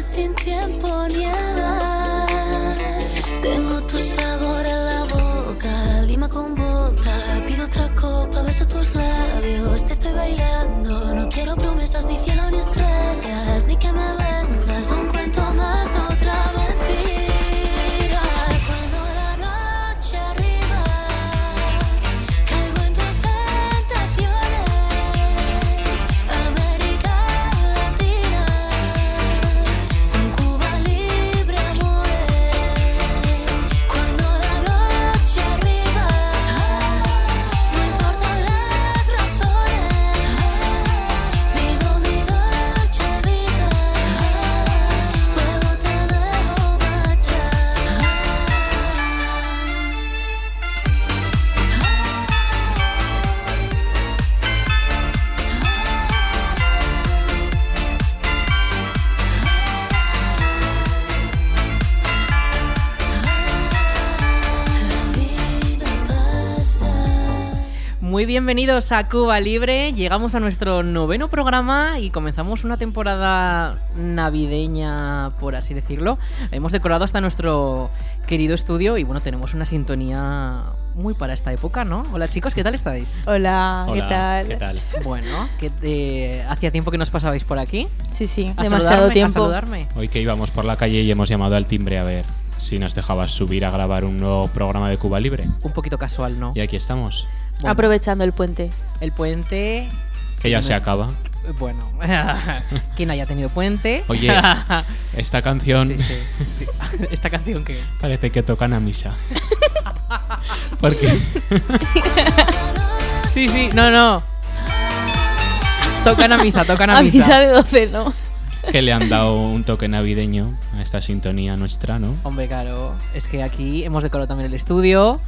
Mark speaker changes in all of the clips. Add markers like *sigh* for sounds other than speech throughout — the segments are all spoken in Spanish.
Speaker 1: sin tiempo ni edad. Tengo tu sabor en la boca, lima con boca. Pido otra copa, beso tus labios, te estoy bailando. No quiero promesas, ni cielo, ni estrellas, ni que me vendas un cuento más, otra mentira. Cuando la noche arriba, caigo en tus tentaciones. América Latina, un Cuba libre, amores. Cuando la noche arriba, no importan las razones. Vivo mi noche vida, luego te dejo marchar.
Speaker 2: Muy bienvenidos a Cuba Libre. Llegamos a nuestro noveno programa y comenzamos una temporada navideña, por así decirlo. Hemos decorado hasta nuestro querido estudio y bueno, tenemos una sintonía muy para esta época, ¿no? Hola chicos, ¿qué tal estáis?
Speaker 3: Hola, ¿qué tal?
Speaker 2: Bueno, que eh, hacía tiempo que nos pasabais por aquí.
Speaker 3: Sí, sí,
Speaker 2: A
Speaker 3: demasiado
Speaker 2: saludarme, A
Speaker 3: tiempo.
Speaker 2: saludarme.
Speaker 4: Hoy que íbamos por la calle y hemos llamado al timbre a ver si nos dejabas subir a grabar un nuevo programa de Cuba Libre.
Speaker 2: Un poquito casual, ¿no?
Speaker 4: Y aquí estamos,
Speaker 2: Bueno,
Speaker 3: Aprovechando el puente.
Speaker 2: El puente.
Speaker 4: que ya se acaba.
Speaker 2: eh, Bueno, *laughs* quien haya tenido puente.
Speaker 3: *laughs*
Speaker 4: Oye, esta canción
Speaker 2: Sí, sí. *laughs* Esta canción que.
Speaker 4: *laughs* parece que tocan a misa. *laughs* Porque
Speaker 2: *laughs* Sí, sí, no, no. Tocan a misa, tocan a
Speaker 3: A misa
Speaker 2: misa.
Speaker 3: de 12, ¿no?
Speaker 4: que le han dado un toque navideño a esta sintonía nuestra, ¿no?
Speaker 2: Hombre, claro, es que aquí hemos decorado también el estudio,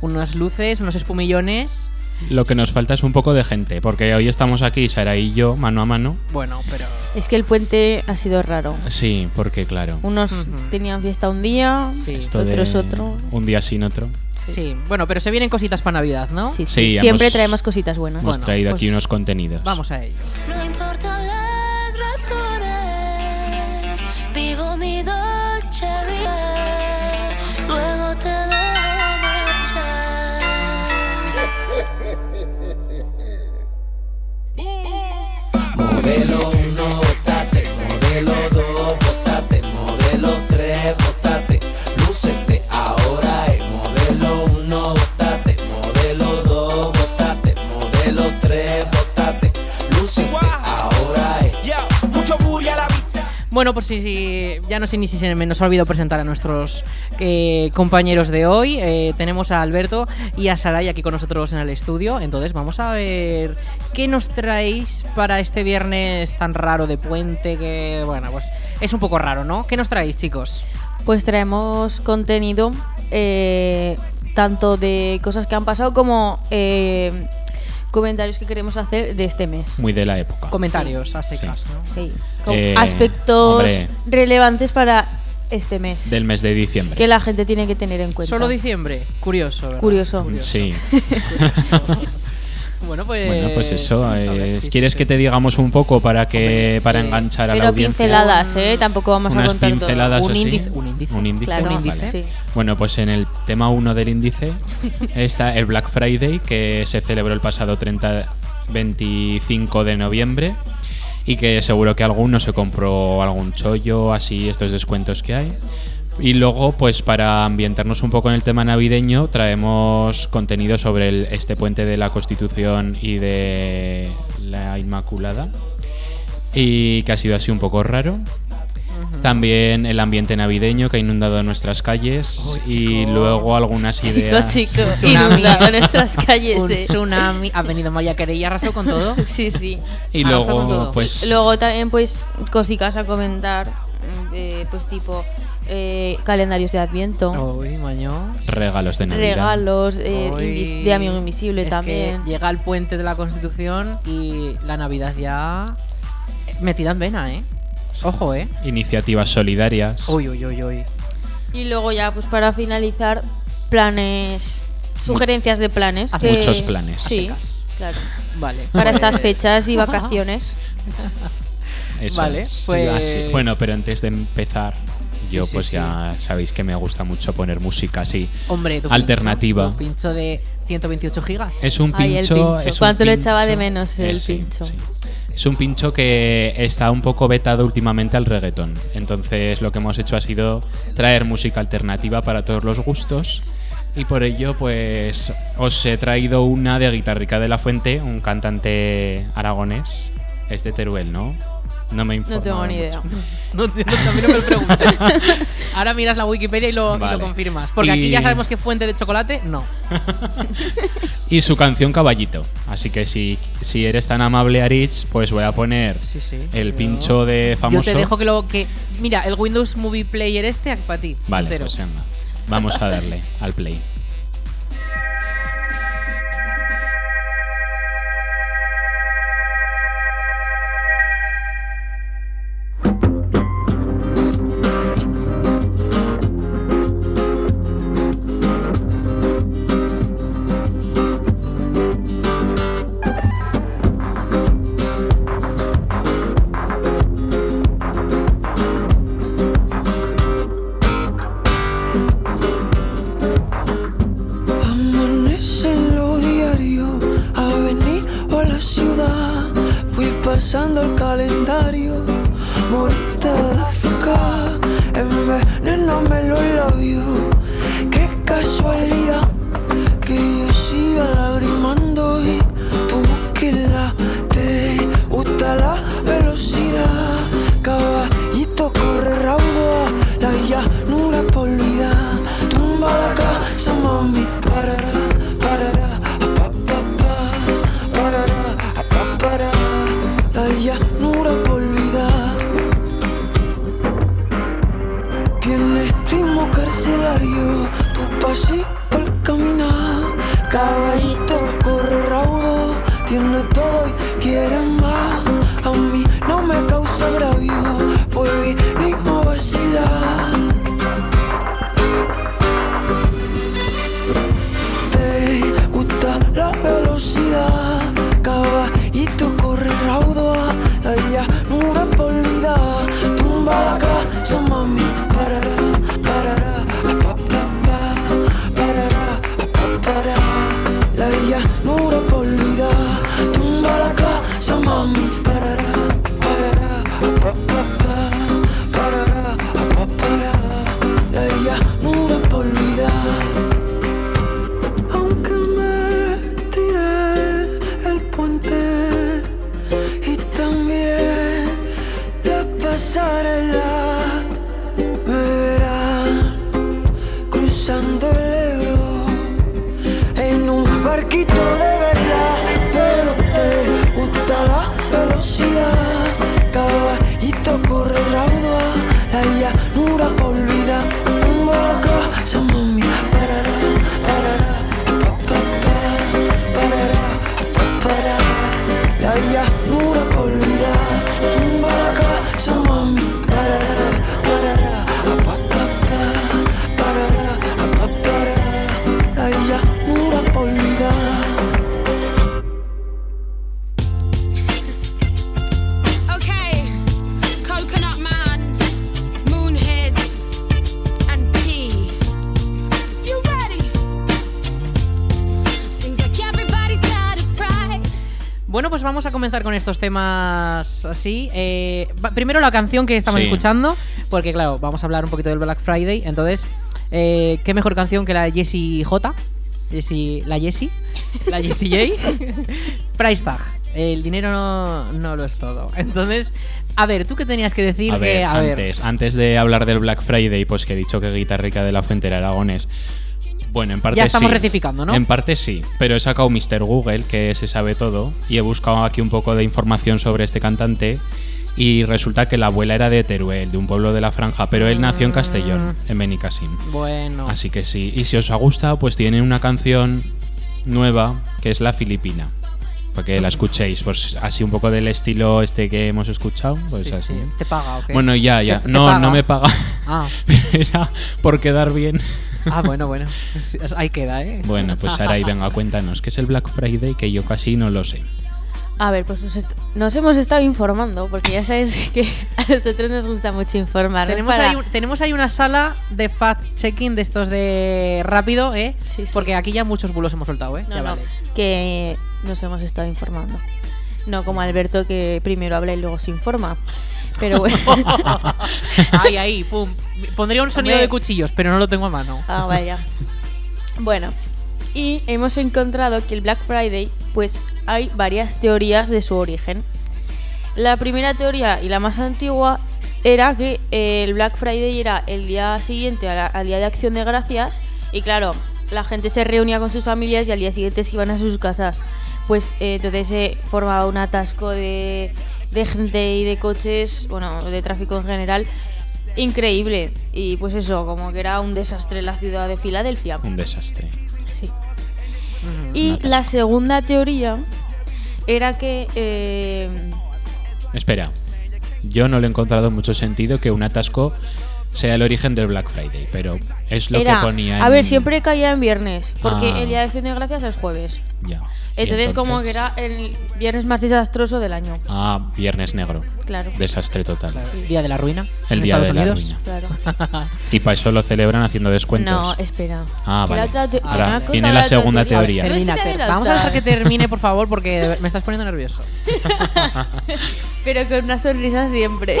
Speaker 2: unas luces, unos espumillones.
Speaker 4: Lo que nos falta es un poco de gente, porque hoy estamos aquí, Sara y yo, mano a mano.
Speaker 2: Bueno, pero
Speaker 3: Es que el puente ha sido raro.
Speaker 4: Sí, porque claro.
Speaker 3: Unos
Speaker 2: Ujú.
Speaker 3: tenían fiesta un día.
Speaker 2: sí.
Speaker 4: Esto
Speaker 3: otro
Speaker 4: de
Speaker 3: es otro.
Speaker 4: Un día sin otro.
Speaker 2: Sí, bueno, pero se vienen cositas para Navidad, ¿no?
Speaker 3: Sí, sí.
Speaker 4: Sí, hemos-
Speaker 3: Siempre traemos cositas buenas.
Speaker 4: Hemos
Speaker 2: Bueno,
Speaker 4: traído aquí
Speaker 2: pues
Speaker 4: unos contenidos.
Speaker 2: Vamos a ello.
Speaker 1: No importan las razones, vivo mi dolce vida, luego te dejo marchar.
Speaker 5: Modelo 1, bótate. Modelo 2, bótate. Modelo 3, bótate. Lúcete ahora es modelo 1, bótate. Modelo 2, bótate. Modelo 3, bótate. Lúcete ahora es. mucho bulla la vista.
Speaker 2: Bueno, pues sí, sí, ya no sé ni si se me nos ha olvidado presentar a nuestros eh, compañeros de hoy. Eh, tenemos a Alberto y a Saray aquí con nosotros en el estudio. Entonces vamos a ver qué nos traéis para este viernes tan raro de puente que, bueno, pues es un poco raro, ¿no? ¿Qué nos traéis, chicos?
Speaker 3: Pues traemos contenido eh, tanto de cosas que han pasado como eh, comentarios que queremos hacer de este mes.
Speaker 4: Muy de la época.
Speaker 2: Comentarios a secas,
Speaker 4: Sí.
Speaker 2: ¿no?
Speaker 3: Sí, con
Speaker 4: Eh,
Speaker 3: aspectos
Speaker 4: hombre.
Speaker 3: relevantes para este mes.
Speaker 4: Del mes de diciembre.
Speaker 3: que la gente tiene que tener en cuenta.
Speaker 2: Solo diciembre, curioso, ¿verdad?
Speaker 3: Curioso.
Speaker 4: Sí. *laughs*
Speaker 2: Curioso. bueno, pues.
Speaker 4: Bueno, pues eso.
Speaker 2: sí,
Speaker 4: eh,
Speaker 2: Saray, sí,
Speaker 4: ¿Quieres
Speaker 2: sí,
Speaker 4: que
Speaker 2: sí.
Speaker 4: te digamos un poco para que
Speaker 2: Hombre,
Speaker 4: para
Speaker 2: eh,
Speaker 4: enganchar a la
Speaker 3: Pero
Speaker 4: audiencia?
Speaker 3: pinceladas, ¿eh? Tampoco vamos a
Speaker 4: Unas
Speaker 3: contar todo.
Speaker 4: pinceladas
Speaker 2: Un
Speaker 4: así.
Speaker 2: índice- un índice.
Speaker 4: Un índice. Ah,
Speaker 3: Claro,
Speaker 4: vale.
Speaker 2: un índice.
Speaker 3: sí.
Speaker 4: Bueno, pues en el tema 1 del índice está el Black Friday que se celebró el pasado 30, 25 de noviembre y que seguro que alguno se compró algún chollo, así estos descuentos que hay. Y luego, pues para ambientarnos un poco en el tema navideño, traemos contenido sobre el- este puente de la Constitución y de la Inmaculada. Y que ha sido así un poco raro. También el ambiente navideño que ha inundado nuestras calles
Speaker 2: Uy,
Speaker 4: y
Speaker 2: chico.
Speaker 4: luego
Speaker 3: *laughs*
Speaker 4: algunas
Speaker 3: Chico,
Speaker 4: ideas.
Speaker 3: chico, *laughs*
Speaker 2: Tsunami.
Speaker 3: inundado nuestras calles.
Speaker 2: Un
Speaker 3: eh.
Speaker 2: tsunami. Ha venido María Carey y arrasó con todo.
Speaker 3: *laughs* Sí, sí.
Speaker 4: Y
Speaker 2: Arrasa con
Speaker 4: luego,
Speaker 2: todo.
Speaker 4: pues,
Speaker 3: Luego también, pues, cositas a comentar. eh, pues, tipo, eh, calendarios de Adviento,
Speaker 2: Uy, maño.
Speaker 4: regalos de Navidad.
Speaker 3: regalos, eh,
Speaker 2: Uy,
Speaker 3: invis- de Amigo Invisible
Speaker 2: es
Speaker 3: también.
Speaker 2: que llega el puente de la Constitución y la Navidad ya metida en vena, ¿eh? Ojo, ¿eh?
Speaker 4: Iniciativas solidarias.
Speaker 2: Uy, uy, uy, uy.
Speaker 3: Y luego, ya, pues, para finalizar, planes. Sugerencias de planes.
Speaker 2: A
Speaker 3: que-
Speaker 4: Muchos planes.
Speaker 3: Sí,
Speaker 2: A secas. *laughs*
Speaker 3: claro.
Speaker 2: Vale. *laughs*
Speaker 3: Para
Speaker 2: pues-
Speaker 3: estas fechas y vacaciones.
Speaker 4: Eso
Speaker 2: Vale,
Speaker 4: es.
Speaker 2: pues-
Speaker 4: Así. Bueno, pero antes de empezar, yo
Speaker 2: sí,
Speaker 4: pues
Speaker 2: sí.
Speaker 4: ya sabéis que me gusta mucho poner música así.
Speaker 2: Hombre, tu
Speaker 4: Alternativa.
Speaker 2: Pincho, tu pincho de 128 gigas.
Speaker 4: Es un pincho.
Speaker 3: Ay, el pincho.
Speaker 4: es un
Speaker 3: ¿Cuánto lo echaba de
Speaker 4: pincho-
Speaker 3: menos el pincho?
Speaker 4: Es un pincho que está un poco vetado últimamente al reggaetón. Entonces lo que hemos hecho ha sido traer música alternativa para todos los gustos. Y por ello, pues os he traído una de Guitarrica de la Fuente, un cantante aragonés. Es de Teruel, ¿no? No me informo.
Speaker 3: No tengo ni idea.
Speaker 2: *laughs* No, te- no, a mí no me lo
Speaker 3: *laughs*
Speaker 2: preguntes. Ahora miras la Wikipedia y lo, y lo
Speaker 4: Vale.
Speaker 2: confirmas. Porque aquí
Speaker 4: Y-
Speaker 2: ya sabemos que fuente de chocolate, no.
Speaker 4: Y su canción Caballito. Así que si, si eres tan amable, Aritz, pues voy a poner
Speaker 2: Sí, sí.
Speaker 4: el
Speaker 2: Yo-
Speaker 4: pincho de famoso.
Speaker 2: Yo te dejo que lo que. Mira, el Windows Movie Player este para ti.
Speaker 4: Vale,
Speaker 2: entero.
Speaker 4: pues venga. Vamos a darle al play.
Speaker 6: Amanece en lo diario, avenida o la ciudad. Fui pasando el calendario, morita de ficar. Envenenándome los labios, qué casualidad. Que yo siga lagrimando y tú que la te gusta la velocidad. Caballito corre raudo, la llanura por olvidar. Tumba la casa, mami, parará, parará, pa, pa, pa, parará, pa, pará. La llanura por olvidar. Tiene ritmo carcelario, tu pasito al caminar. Caballito corre raudo, tiene todo y quiere más. A mí no me causa agravio, pues vinimos a vacilar. Te gusta la velocidad, caballito corre raudo. La llanura por olvidar, tumba la casa, mami, parará, parará, pa, pa, pa, parará, pa, pará. La llanura por olvidar, tumba la casa, mami, parará, parará, pa, pa, pa, parará, pa, pará. La llanura por olvidar. Aunque me tiré el puente y también la pasarela me verán cruzando el Ebro en un barquito de vela, pero te gusta la velocidad, caballito corre raudo, la llanura olvida, un volcán, se mami, parará, parará, pa, pa, pa, parará, pa, parará. La llanura por olvidar Tumba la casa, mami Parará, parará pa, pa, pa, Parará, pa, pará. La llanura por olvidar
Speaker 7: Okay, Coconut Man, Moonheads, and P. You ready? Seems like everybody's got a price.
Speaker 2: Bueno, pues vamos a comenzar con estos temas así. Eh, va- primero la canción que estamos
Speaker 4: Sí.
Speaker 2: escuchando, porque claro, vamos a hablar un poquito del Black Friday. Entonces, eh, ¿qué mejor canción que la Jessie J? Jessie- la Jessie. La Jessie
Speaker 4: *laughs*
Speaker 2: J. Price Tag. El dinero no, no lo es todo. Entonces, a ver, ¿tú qué tenías que decir?
Speaker 4: A
Speaker 2: que-
Speaker 4: ver,
Speaker 2: a ver.
Speaker 4: antes, antes de hablar del Black Friday, pues que he dicho que Guitarrica de la Fuente era aragonés. Bueno, en parte
Speaker 2: Ya estamos
Speaker 4: sí.
Speaker 2: rectificando, ¿no?
Speaker 4: En parte sí, pero he sacado Mr. Google, que se sabe todo, y he buscado aquí un poco de información sobre este cantante. Y resulta que la abuela era de Teruel, de un pueblo de la Franja, pero él nació en Castellón,
Speaker 2: Mm.
Speaker 4: en Benicassim.
Speaker 2: Bueno.
Speaker 4: Así que sí, y si os ha gustado, pues tienen una canción nueva que es La Filipina. Para que la escuchéis, pues así un poco del estilo este que hemos escuchado. Pues
Speaker 2: Sí,
Speaker 4: así.
Speaker 2: sí. Te paga, ¿ok?
Speaker 4: Bueno, ya, ya.
Speaker 2: Te- te
Speaker 4: No,
Speaker 2: paga.
Speaker 4: no me paga.
Speaker 2: Ah.
Speaker 4: Era *laughs* por quedar bien.
Speaker 2: Ah, bueno, bueno. Sí, Ahí queda, ¿eh?
Speaker 4: pues
Speaker 2: *laughs*
Speaker 4: Bueno, pues Saray, venga, cuéntanos, ¿qué es el Black Friday? Que yo casi no lo sé.
Speaker 3: A ver, pues nos, est- nos hemos estado informando, porque ya sabes *laughs* que a nosotros nos gusta mucho informar.
Speaker 2: Tenemos, ahí, un- tenemos ahí una sala de fact-checking de estos de rápido, ¿eh?
Speaker 3: Sí, sí.
Speaker 2: Porque aquí ya muchos bulos hemos soltado, ¿eh?
Speaker 3: No,
Speaker 2: Ya
Speaker 3: no,
Speaker 2: vale. *laughs*
Speaker 3: que nos hemos estado informando. No como Alberto que primero habla y luego se informa. Pero
Speaker 2: *laughs*
Speaker 3: bueno.
Speaker 2: ahí, ahí, pum. Pondría un sonido
Speaker 3: Hombre.
Speaker 2: de cuchillos, pero no lo tengo a mano. *laughs*
Speaker 3: Ah, vaya. Bueno, y hemos encontrado que el Black Friday, pues hay varias teorías de su origen. La primera teoría y la más antigua era que eh, el Black Friday era el día siguiente a la- al Día de Acción de Gracias y claro, la gente se reunía con sus familias y al día siguiente se iban a sus casas. Pues eh, entonces se formaba un atasco de, de gente y de coches, bueno, de tráfico en general, increíble. Y pues eso, como que era un desastre la ciudad de Filadelfia.
Speaker 4: Un desastre.
Speaker 3: Sí.
Speaker 2: Ujú.
Speaker 3: Y
Speaker 4: Notas.
Speaker 3: la segunda teoría era que... eh,
Speaker 4: Espera, yo no le he encontrado mucho sentido que un atasco sea el origen del Black Friday, pero es lo
Speaker 3: era,
Speaker 4: que ponía.
Speaker 3: a
Speaker 4: en-
Speaker 3: ver, siempre caía en viernes, porque
Speaker 4: Ah.
Speaker 3: el día de acción de gracias es jueves.
Speaker 4: Ya. Y
Speaker 3: Entonces, como que era el viernes más desastroso del año.
Speaker 4: Ah, Viernes Negro.
Speaker 3: Claro.
Speaker 4: Desastre total.
Speaker 2: Día de la ruina.
Speaker 4: El
Speaker 2: en
Speaker 4: día
Speaker 2: Estados
Speaker 4: de la
Speaker 2: Unidos.
Speaker 4: ruina.
Speaker 3: Claro.
Speaker 4: *laughs* Y para eso lo celebran haciendo descuentos.
Speaker 3: No, espera.
Speaker 4: Ah,
Speaker 3: Que la
Speaker 4: vale.
Speaker 3: otra te-
Speaker 4: Ahora,
Speaker 3: una cosa
Speaker 4: tiene
Speaker 3: de
Speaker 4: la
Speaker 3: otra
Speaker 4: segunda
Speaker 2: A ver,
Speaker 4: teoría.
Speaker 3: Pero es que
Speaker 2: termina,
Speaker 3: te
Speaker 2: te-
Speaker 3: adelantas.
Speaker 2: Vamos a dejar que termine, por favor, porque de ver- me estás
Speaker 4: *laughs*
Speaker 2: poniendo nervioso.
Speaker 3: Pero con una sonrisa *laughs* siempre.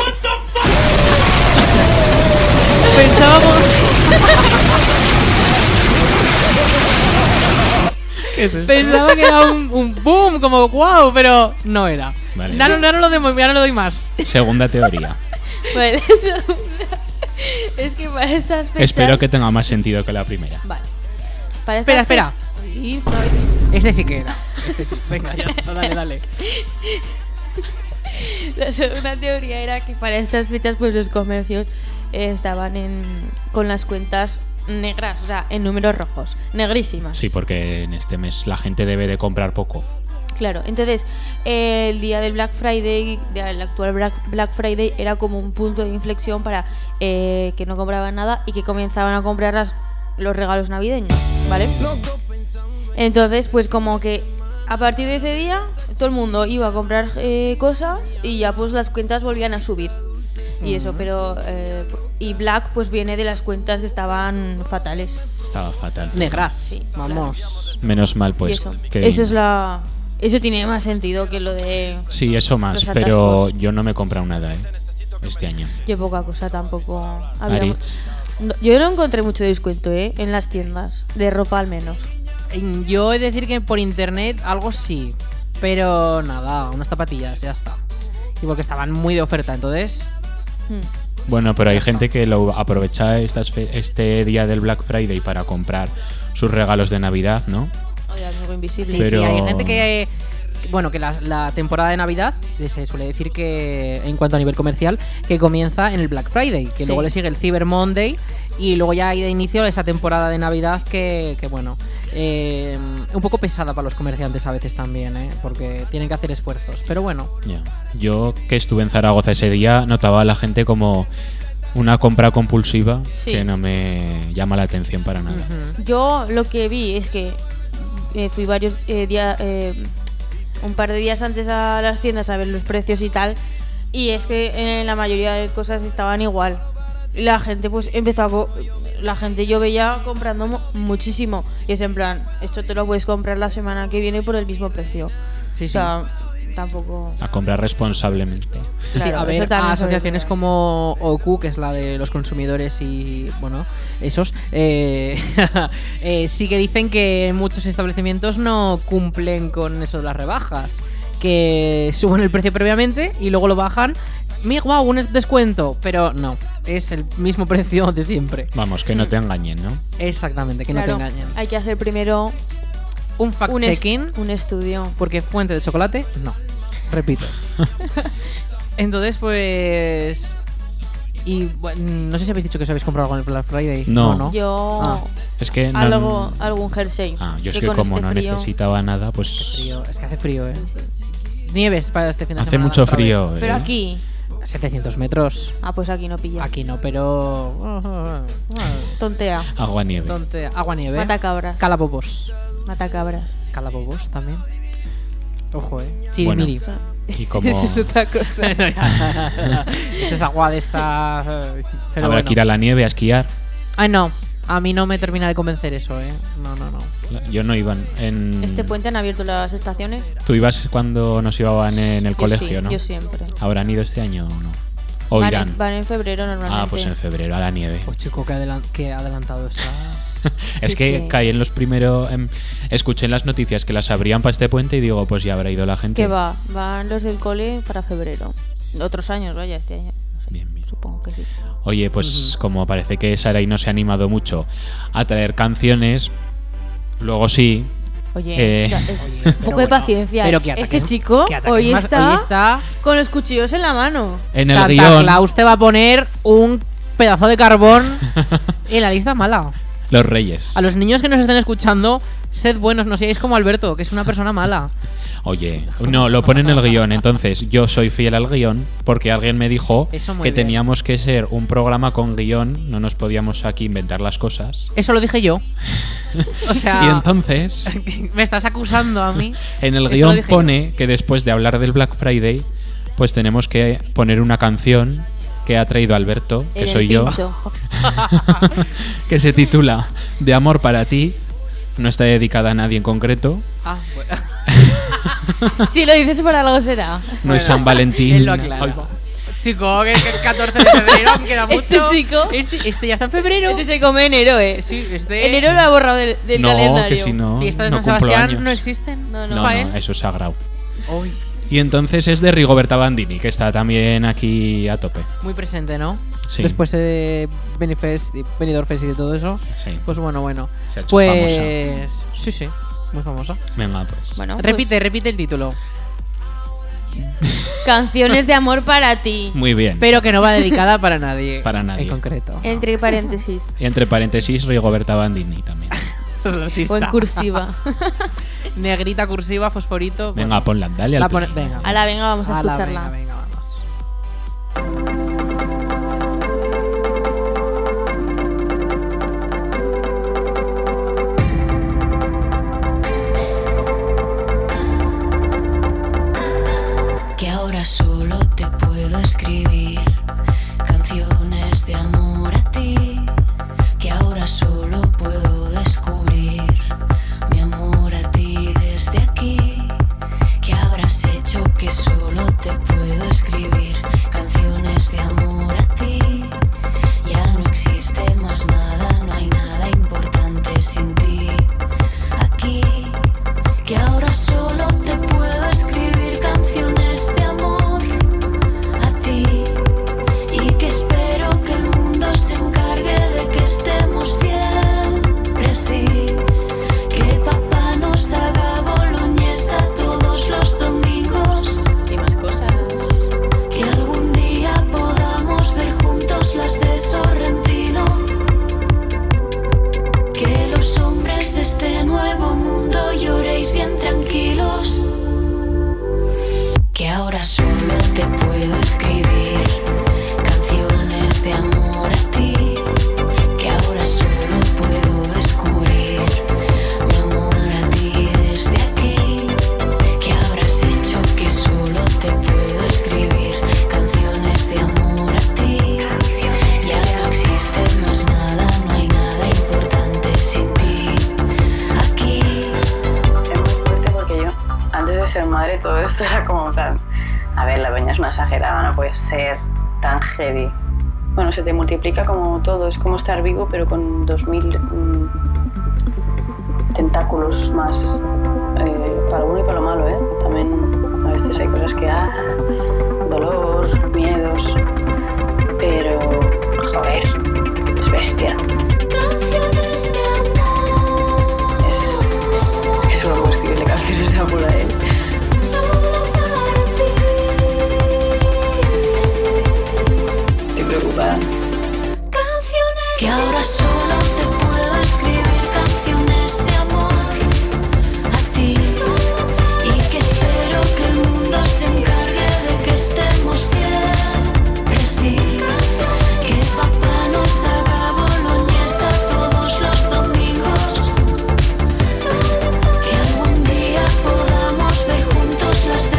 Speaker 2: Pensábamos. Pensaba que era un, un boom, como wow, pero no era.
Speaker 4: Vale.
Speaker 2: Ya, no, ya no lo demo- ya no lo doy más.
Speaker 4: Segunda
Speaker 3: *laughs*
Speaker 4: teoría.
Speaker 3: Vale, eso- *laughs* es que para estas fechas.
Speaker 4: Espero que tenga más sentido que la primera.
Speaker 3: Vale. Para
Speaker 2: Espera,
Speaker 3: estas fe-
Speaker 2: espera.
Speaker 3: Uy,
Speaker 2: *laughs*
Speaker 3: no,
Speaker 2: Este sí que era. Este sí. Venga, ya. *laughs* Dale, dale.
Speaker 3: La segunda teoría era que para estas fechas pues los comercios eh, estaban en, con las cuentas negras, o sea, en números rojos, negrísimas.
Speaker 4: Sí, porque en este mes la gente debe de comprar poco.
Speaker 3: Claro, entonces eh, el día del Black Friday, del actual Black, Black Friday, era como un punto de inflexión para eh, que no compraban nada y que comenzaban a comprar las- los regalos navideños, ¿vale? Entonces, pues como que a partir de ese día todo el mundo iba a comprar eh, cosas y ya pues las cuentas volvían a subir. Y eso, pero... eh, y Black pues viene de las cuentas que estaban fatales.
Speaker 4: Estaba fatal.
Speaker 2: Negras. Vamos.
Speaker 4: Menos mal,
Speaker 3: Y
Speaker 4: pues.
Speaker 3: eso,
Speaker 4: que-
Speaker 3: eso es la... Eso tiene más sentido que lo de...
Speaker 4: Sí, eso más,
Speaker 3: Los
Speaker 4: pero
Speaker 3: atascos.
Speaker 4: yo no me he comprado nada ¿eh? este año.
Speaker 3: Yo poca cosa tampoco. había-
Speaker 4: Aritz.
Speaker 3: No, yo no encontré mucho descuento, ¿eh? En las tiendas. De ropa al menos.
Speaker 2: Mm, Yo he de decir que por internet algo sí. Pero nada, unas zapatillas, ya está. Y porque estaban muy de oferta, entonces.
Speaker 3: Hmm.
Speaker 4: Bueno, pero hay gente que lo aprovecha estas fe- este día del Black Friday para comprar sus regalos de Navidad, ¿no?
Speaker 3: Oye, amigo invisible.
Speaker 2: Sí,
Speaker 4: Pero-
Speaker 2: sí, hay gente que. eh, Bueno, que la, la temporada de Navidad eh, se suele decir que, en cuanto a nivel comercial, que comienza en el Black Friday, que
Speaker 3: Sí.
Speaker 2: luego le sigue el Cyber Monday y luego ya hay de inicio esa temporada de Navidad que, que, bueno, eh, un poco pesada para los comerciantes a veces también, ¿eh? porque tienen que hacer esfuerzos. Pero bueno,
Speaker 4: Ya. Yo que estuve en Zaragoza ese día notaba a la gente como una compra compulsiva
Speaker 3: Sí.
Speaker 4: que no me llama la atención para nada.
Speaker 3: Yo lo que vi es que eh, fui varios eh, día- eh, un par de días antes a las tiendas a ver los precios y tal. Y es que eh, la mayoría de cosas estaban igual. Y La gente pues empezó a... co- La gente yo veía comprando mu- muchísimo. Y es en plan, esto te lo puedes comprar la semana que viene por el mismo precio.
Speaker 2: sí,
Speaker 3: O
Speaker 2: sí.
Speaker 3: sea, tampoco...
Speaker 4: A comprar responsablemente.
Speaker 2: Sí,
Speaker 3: Claro,
Speaker 2: a
Speaker 3: eso
Speaker 2: ver,
Speaker 3: también
Speaker 2: a
Speaker 3: se debe
Speaker 2: asociaciones
Speaker 3: cuidar.
Speaker 2: como OCU, que es la de los consumidores y, bueno, esos, eh, *laughs* eh, sí que dicen que muchos establecimientos no cumplen con eso de las rebajas, que suben el precio previamente y luego lo bajan. Mira, wow, un es- descuento, pero no, es el mismo *laughs* precio de siempre.
Speaker 4: Vamos, que no te engañen, ¿no?
Speaker 2: Exactamente, que
Speaker 3: Claro,
Speaker 2: no te engañen.
Speaker 3: Hay que hacer primero
Speaker 2: Un
Speaker 3: un, est-
Speaker 2: fact-checking
Speaker 3: un estudio.
Speaker 2: porque fuente de chocolate, no. Repito. Entonces, pues. Y bueno, no sé si habéis dicho que os habéis comprado algo en el Black Friday.
Speaker 4: No.
Speaker 2: ¿O no?
Speaker 3: Yo
Speaker 2: Ah,
Speaker 4: Es que no-
Speaker 3: algo, algún jersey.
Speaker 4: Ah, yo es
Speaker 3: que
Speaker 4: que
Speaker 3: con
Speaker 4: como
Speaker 3: este
Speaker 4: no
Speaker 3: frío-
Speaker 4: necesitaba nada, pues
Speaker 2: Frío. Es que hace frío, ¿eh? Nieves para este fin de
Speaker 4: hace
Speaker 2: semana.
Speaker 4: mucho
Speaker 2: otra vez.
Speaker 4: frío.
Speaker 3: Pero
Speaker 4: ¿eh?
Speaker 3: aquí...
Speaker 2: 700 metros.
Speaker 3: Ah, pues aquí no pilla.
Speaker 2: Aquí no, pero.
Speaker 3: Tontea.
Speaker 4: Agua nieve.
Speaker 2: Tonte- Agua nieve.
Speaker 3: Mata cabras.
Speaker 2: Calabobos.
Speaker 3: Mata cabras.
Speaker 2: Calabobos también. Ojo, eh. *laughs* Chirimiri.
Speaker 3: O sea,
Speaker 4: Y como
Speaker 3: Eso es otra
Speaker 4: *laughs*
Speaker 3: cosa.
Speaker 2: *laughs* Eso es agua de esta. eh, pero
Speaker 4: habrá
Speaker 2: bueno.
Speaker 4: que ir a la nieve a esquiar.
Speaker 2: Ay, no. A mí no me termina de convencer eso, eh. No, no, no.
Speaker 4: Yo no iba en...
Speaker 3: ¿Este puente han abierto las estaciones?
Speaker 4: Tú ibas cuando nos llevaban en el
Speaker 3: Yo
Speaker 4: colegio,
Speaker 3: sí,
Speaker 4: ¿no?
Speaker 3: Yo siempre.
Speaker 4: ¿Habrán ido este año o no? ¿O
Speaker 3: van,
Speaker 4: irán?
Speaker 3: en, van en febrero normalmente.
Speaker 4: ah, pues en febrero, a la nieve.
Speaker 2: Pues chico, qué, adelan- qué adelantado estás.
Speaker 4: es
Speaker 3: sí,
Speaker 4: que
Speaker 3: sí.
Speaker 4: caí en los primeros... em, escuché en las noticias que las abrían para este puente y digo, pues ya habrá ido la gente.
Speaker 3: Que va, van los del cole para febrero. Otros años, vaya, este año. no sé,
Speaker 4: Bien, bien.
Speaker 3: Supongo que sí.
Speaker 4: Oye, pues como parece que Sarai no se ha animado mucho a traer canciones, luego sí,
Speaker 3: Oye,
Speaker 4: Eh.
Speaker 3: ya, es-
Speaker 2: Oye,
Speaker 3: un
Speaker 2: pero
Speaker 3: poco de
Speaker 2: bueno,
Speaker 3: paciencia.
Speaker 2: pero
Speaker 3: ¿eh?
Speaker 2: que ataques-
Speaker 3: este chico
Speaker 2: que ataques
Speaker 3: hoy,
Speaker 2: más-
Speaker 3: está
Speaker 2: hoy está
Speaker 3: con los cuchillos en
Speaker 2: *laughs*
Speaker 3: la mano.
Speaker 4: en el
Speaker 2: Santa
Speaker 4: guión
Speaker 2: Claus te va a poner un pedazo de carbón en la lista mala.
Speaker 4: Los Reyes.
Speaker 2: A los niños que nos estén escuchando, sed buenos, no seáis como Alberto, que es una persona mala.
Speaker 4: Oye, no, lo pone en el guión, entonces yo soy fiel al guión porque alguien me dijo
Speaker 2: Eso muy
Speaker 4: que
Speaker 2: bien.
Speaker 4: teníamos que ser un programa con guión, no nos podíamos aquí inventar las cosas.
Speaker 2: Eso lo dije
Speaker 4: *laughs*
Speaker 2: yo. O sea,
Speaker 4: Y entonces,
Speaker 2: *laughs* me estás acusando a mí.
Speaker 4: en el
Speaker 2: Eso lo
Speaker 4: guión
Speaker 2: dije yo.
Speaker 4: pone que después de hablar del Black Friday, pues tenemos que poner una canción que ha traído Alberto, que
Speaker 3: en
Speaker 4: soy
Speaker 3: el
Speaker 4: yo.
Speaker 3: pincho.
Speaker 4: que se titula De amor para ti. No está dedicada a nadie en concreto.
Speaker 2: Ah, bueno.
Speaker 3: *laughs* si lo dices por algo será.
Speaker 4: No es
Speaker 2: Bueno,
Speaker 4: San Valentín.
Speaker 2: *laughs* él lo aclara.
Speaker 4: Ay,
Speaker 2: Chico, que, que el 14 de febrero aún queda mucho.
Speaker 3: *laughs* Este chico.
Speaker 2: Este, este ya está en febrero.
Speaker 3: Este se come enero, eh.
Speaker 2: Sí, este.
Speaker 3: Enero lo ha borrado del,
Speaker 4: *laughs*
Speaker 3: del
Speaker 4: no,
Speaker 3: calendario.
Speaker 4: que si no.
Speaker 2: Fiesta de
Speaker 4: no
Speaker 2: San
Speaker 4: cumplo
Speaker 2: Sebastián
Speaker 4: años.
Speaker 2: no existen.
Speaker 3: No,
Speaker 4: No,
Speaker 3: no.
Speaker 4: no,
Speaker 2: Faen.
Speaker 4: eso es sagrado.
Speaker 2: Hoy.
Speaker 4: Y entonces es de Rigoberta Bandini, que está también aquí a tope.
Speaker 2: Muy presente, ¿no?
Speaker 4: Sí.
Speaker 2: Después de Benifest, y Benidorm Fest y de todo eso.
Speaker 4: Sí.
Speaker 2: Pues bueno, bueno.
Speaker 4: Se ha hecho
Speaker 2: Pues. Sí, sí. Muy famosa.
Speaker 4: Venga, pues.
Speaker 3: Bueno, pues,
Speaker 2: repite, repite el título.
Speaker 3: *laughs* Canciones de amor para ti.
Speaker 4: Muy bien.
Speaker 2: Pero que no va dedicada para nadie.
Speaker 4: *laughs* Para nadie.
Speaker 2: En concreto.
Speaker 3: Entre paréntesis.
Speaker 4: Y entre paréntesis, Rigoberta Bandini también.
Speaker 2: Eso es el artista.
Speaker 3: O en cursiva.
Speaker 2: *laughs* Negrita cursiva, fosforito. pues-
Speaker 4: Venga,
Speaker 2: bueno.
Speaker 4: ponla, dale al
Speaker 2: La pone-
Speaker 4: play.
Speaker 2: venga.
Speaker 3: Ala, venga, vamos a
Speaker 2: Ala,
Speaker 3: escucharla.
Speaker 2: venga, venga, vamos.
Speaker 1: que ahora solo te puedo escribir canciones de amor a ti, que ahora solo puedo descubrir mi amor a ti desde aquí, que habrás hecho que solo te puedo escribir canciones de amor a ti, ya no existe más nada, no hay nada importante sin ti aquí que ahora solo te puedo escribir canciones de amor a ti y que espero que el mundo se encargue de que estemos siempre así que papá nos haga boloñesa todos los domingos
Speaker 3: Y más cosas.
Speaker 1: que algún día podamos ver juntos las de Sorrentino. Que los hombres de este nuevo mundo lloréis bien tranquilos. Que ahora solo te puedo escribir canciones de amor a ti. Que ahora solo puedo descubrir mi amor a ti desde aquí que habrás hecho que solo te puedo escribir canciones de amor a ti. Ya no existe más nada, no hay nada importante sin ti. Aquí
Speaker 8: Es muy fuerte porque yo, antes de ser madre, todo esto era como en plan. A ver, la peña es una exagerada, no puede ser tan heavy. Bueno, se te multiplica como todo, es como estar vivo, pero con 2000 mm, tentáculos más. eh, para lo bueno y para lo malo, ¿eh? También a veces hay cosas que. Ah, dolor, miedos. Pero. joder, es bestia.
Speaker 1: canciones de amor
Speaker 8: Es, es que solo puedo escribirle canciones de amor a él.
Speaker 1: solo para ti.
Speaker 8: Estoy preocupada.
Speaker 1: Que ahora solo te puedo escribir canciones de amor a ti. Y que espero que el mundo se encargue de que estemos siempre así. Que papá nos haga boloñesa todos los domingos. Que algún día podamos ver juntos este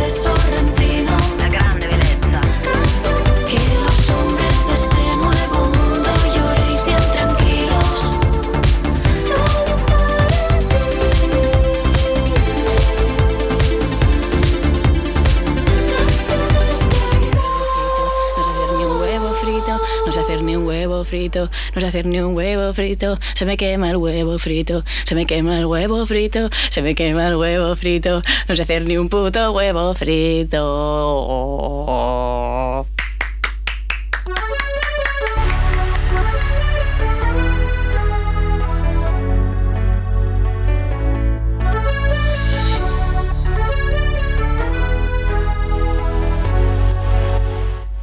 Speaker 9: huevo frito, no sé hacer ni un huevo frito, se me quema el huevo frito, se me quema el huevo frito, se me quema el huevo frito, no sé hacer ni un puto huevo frito.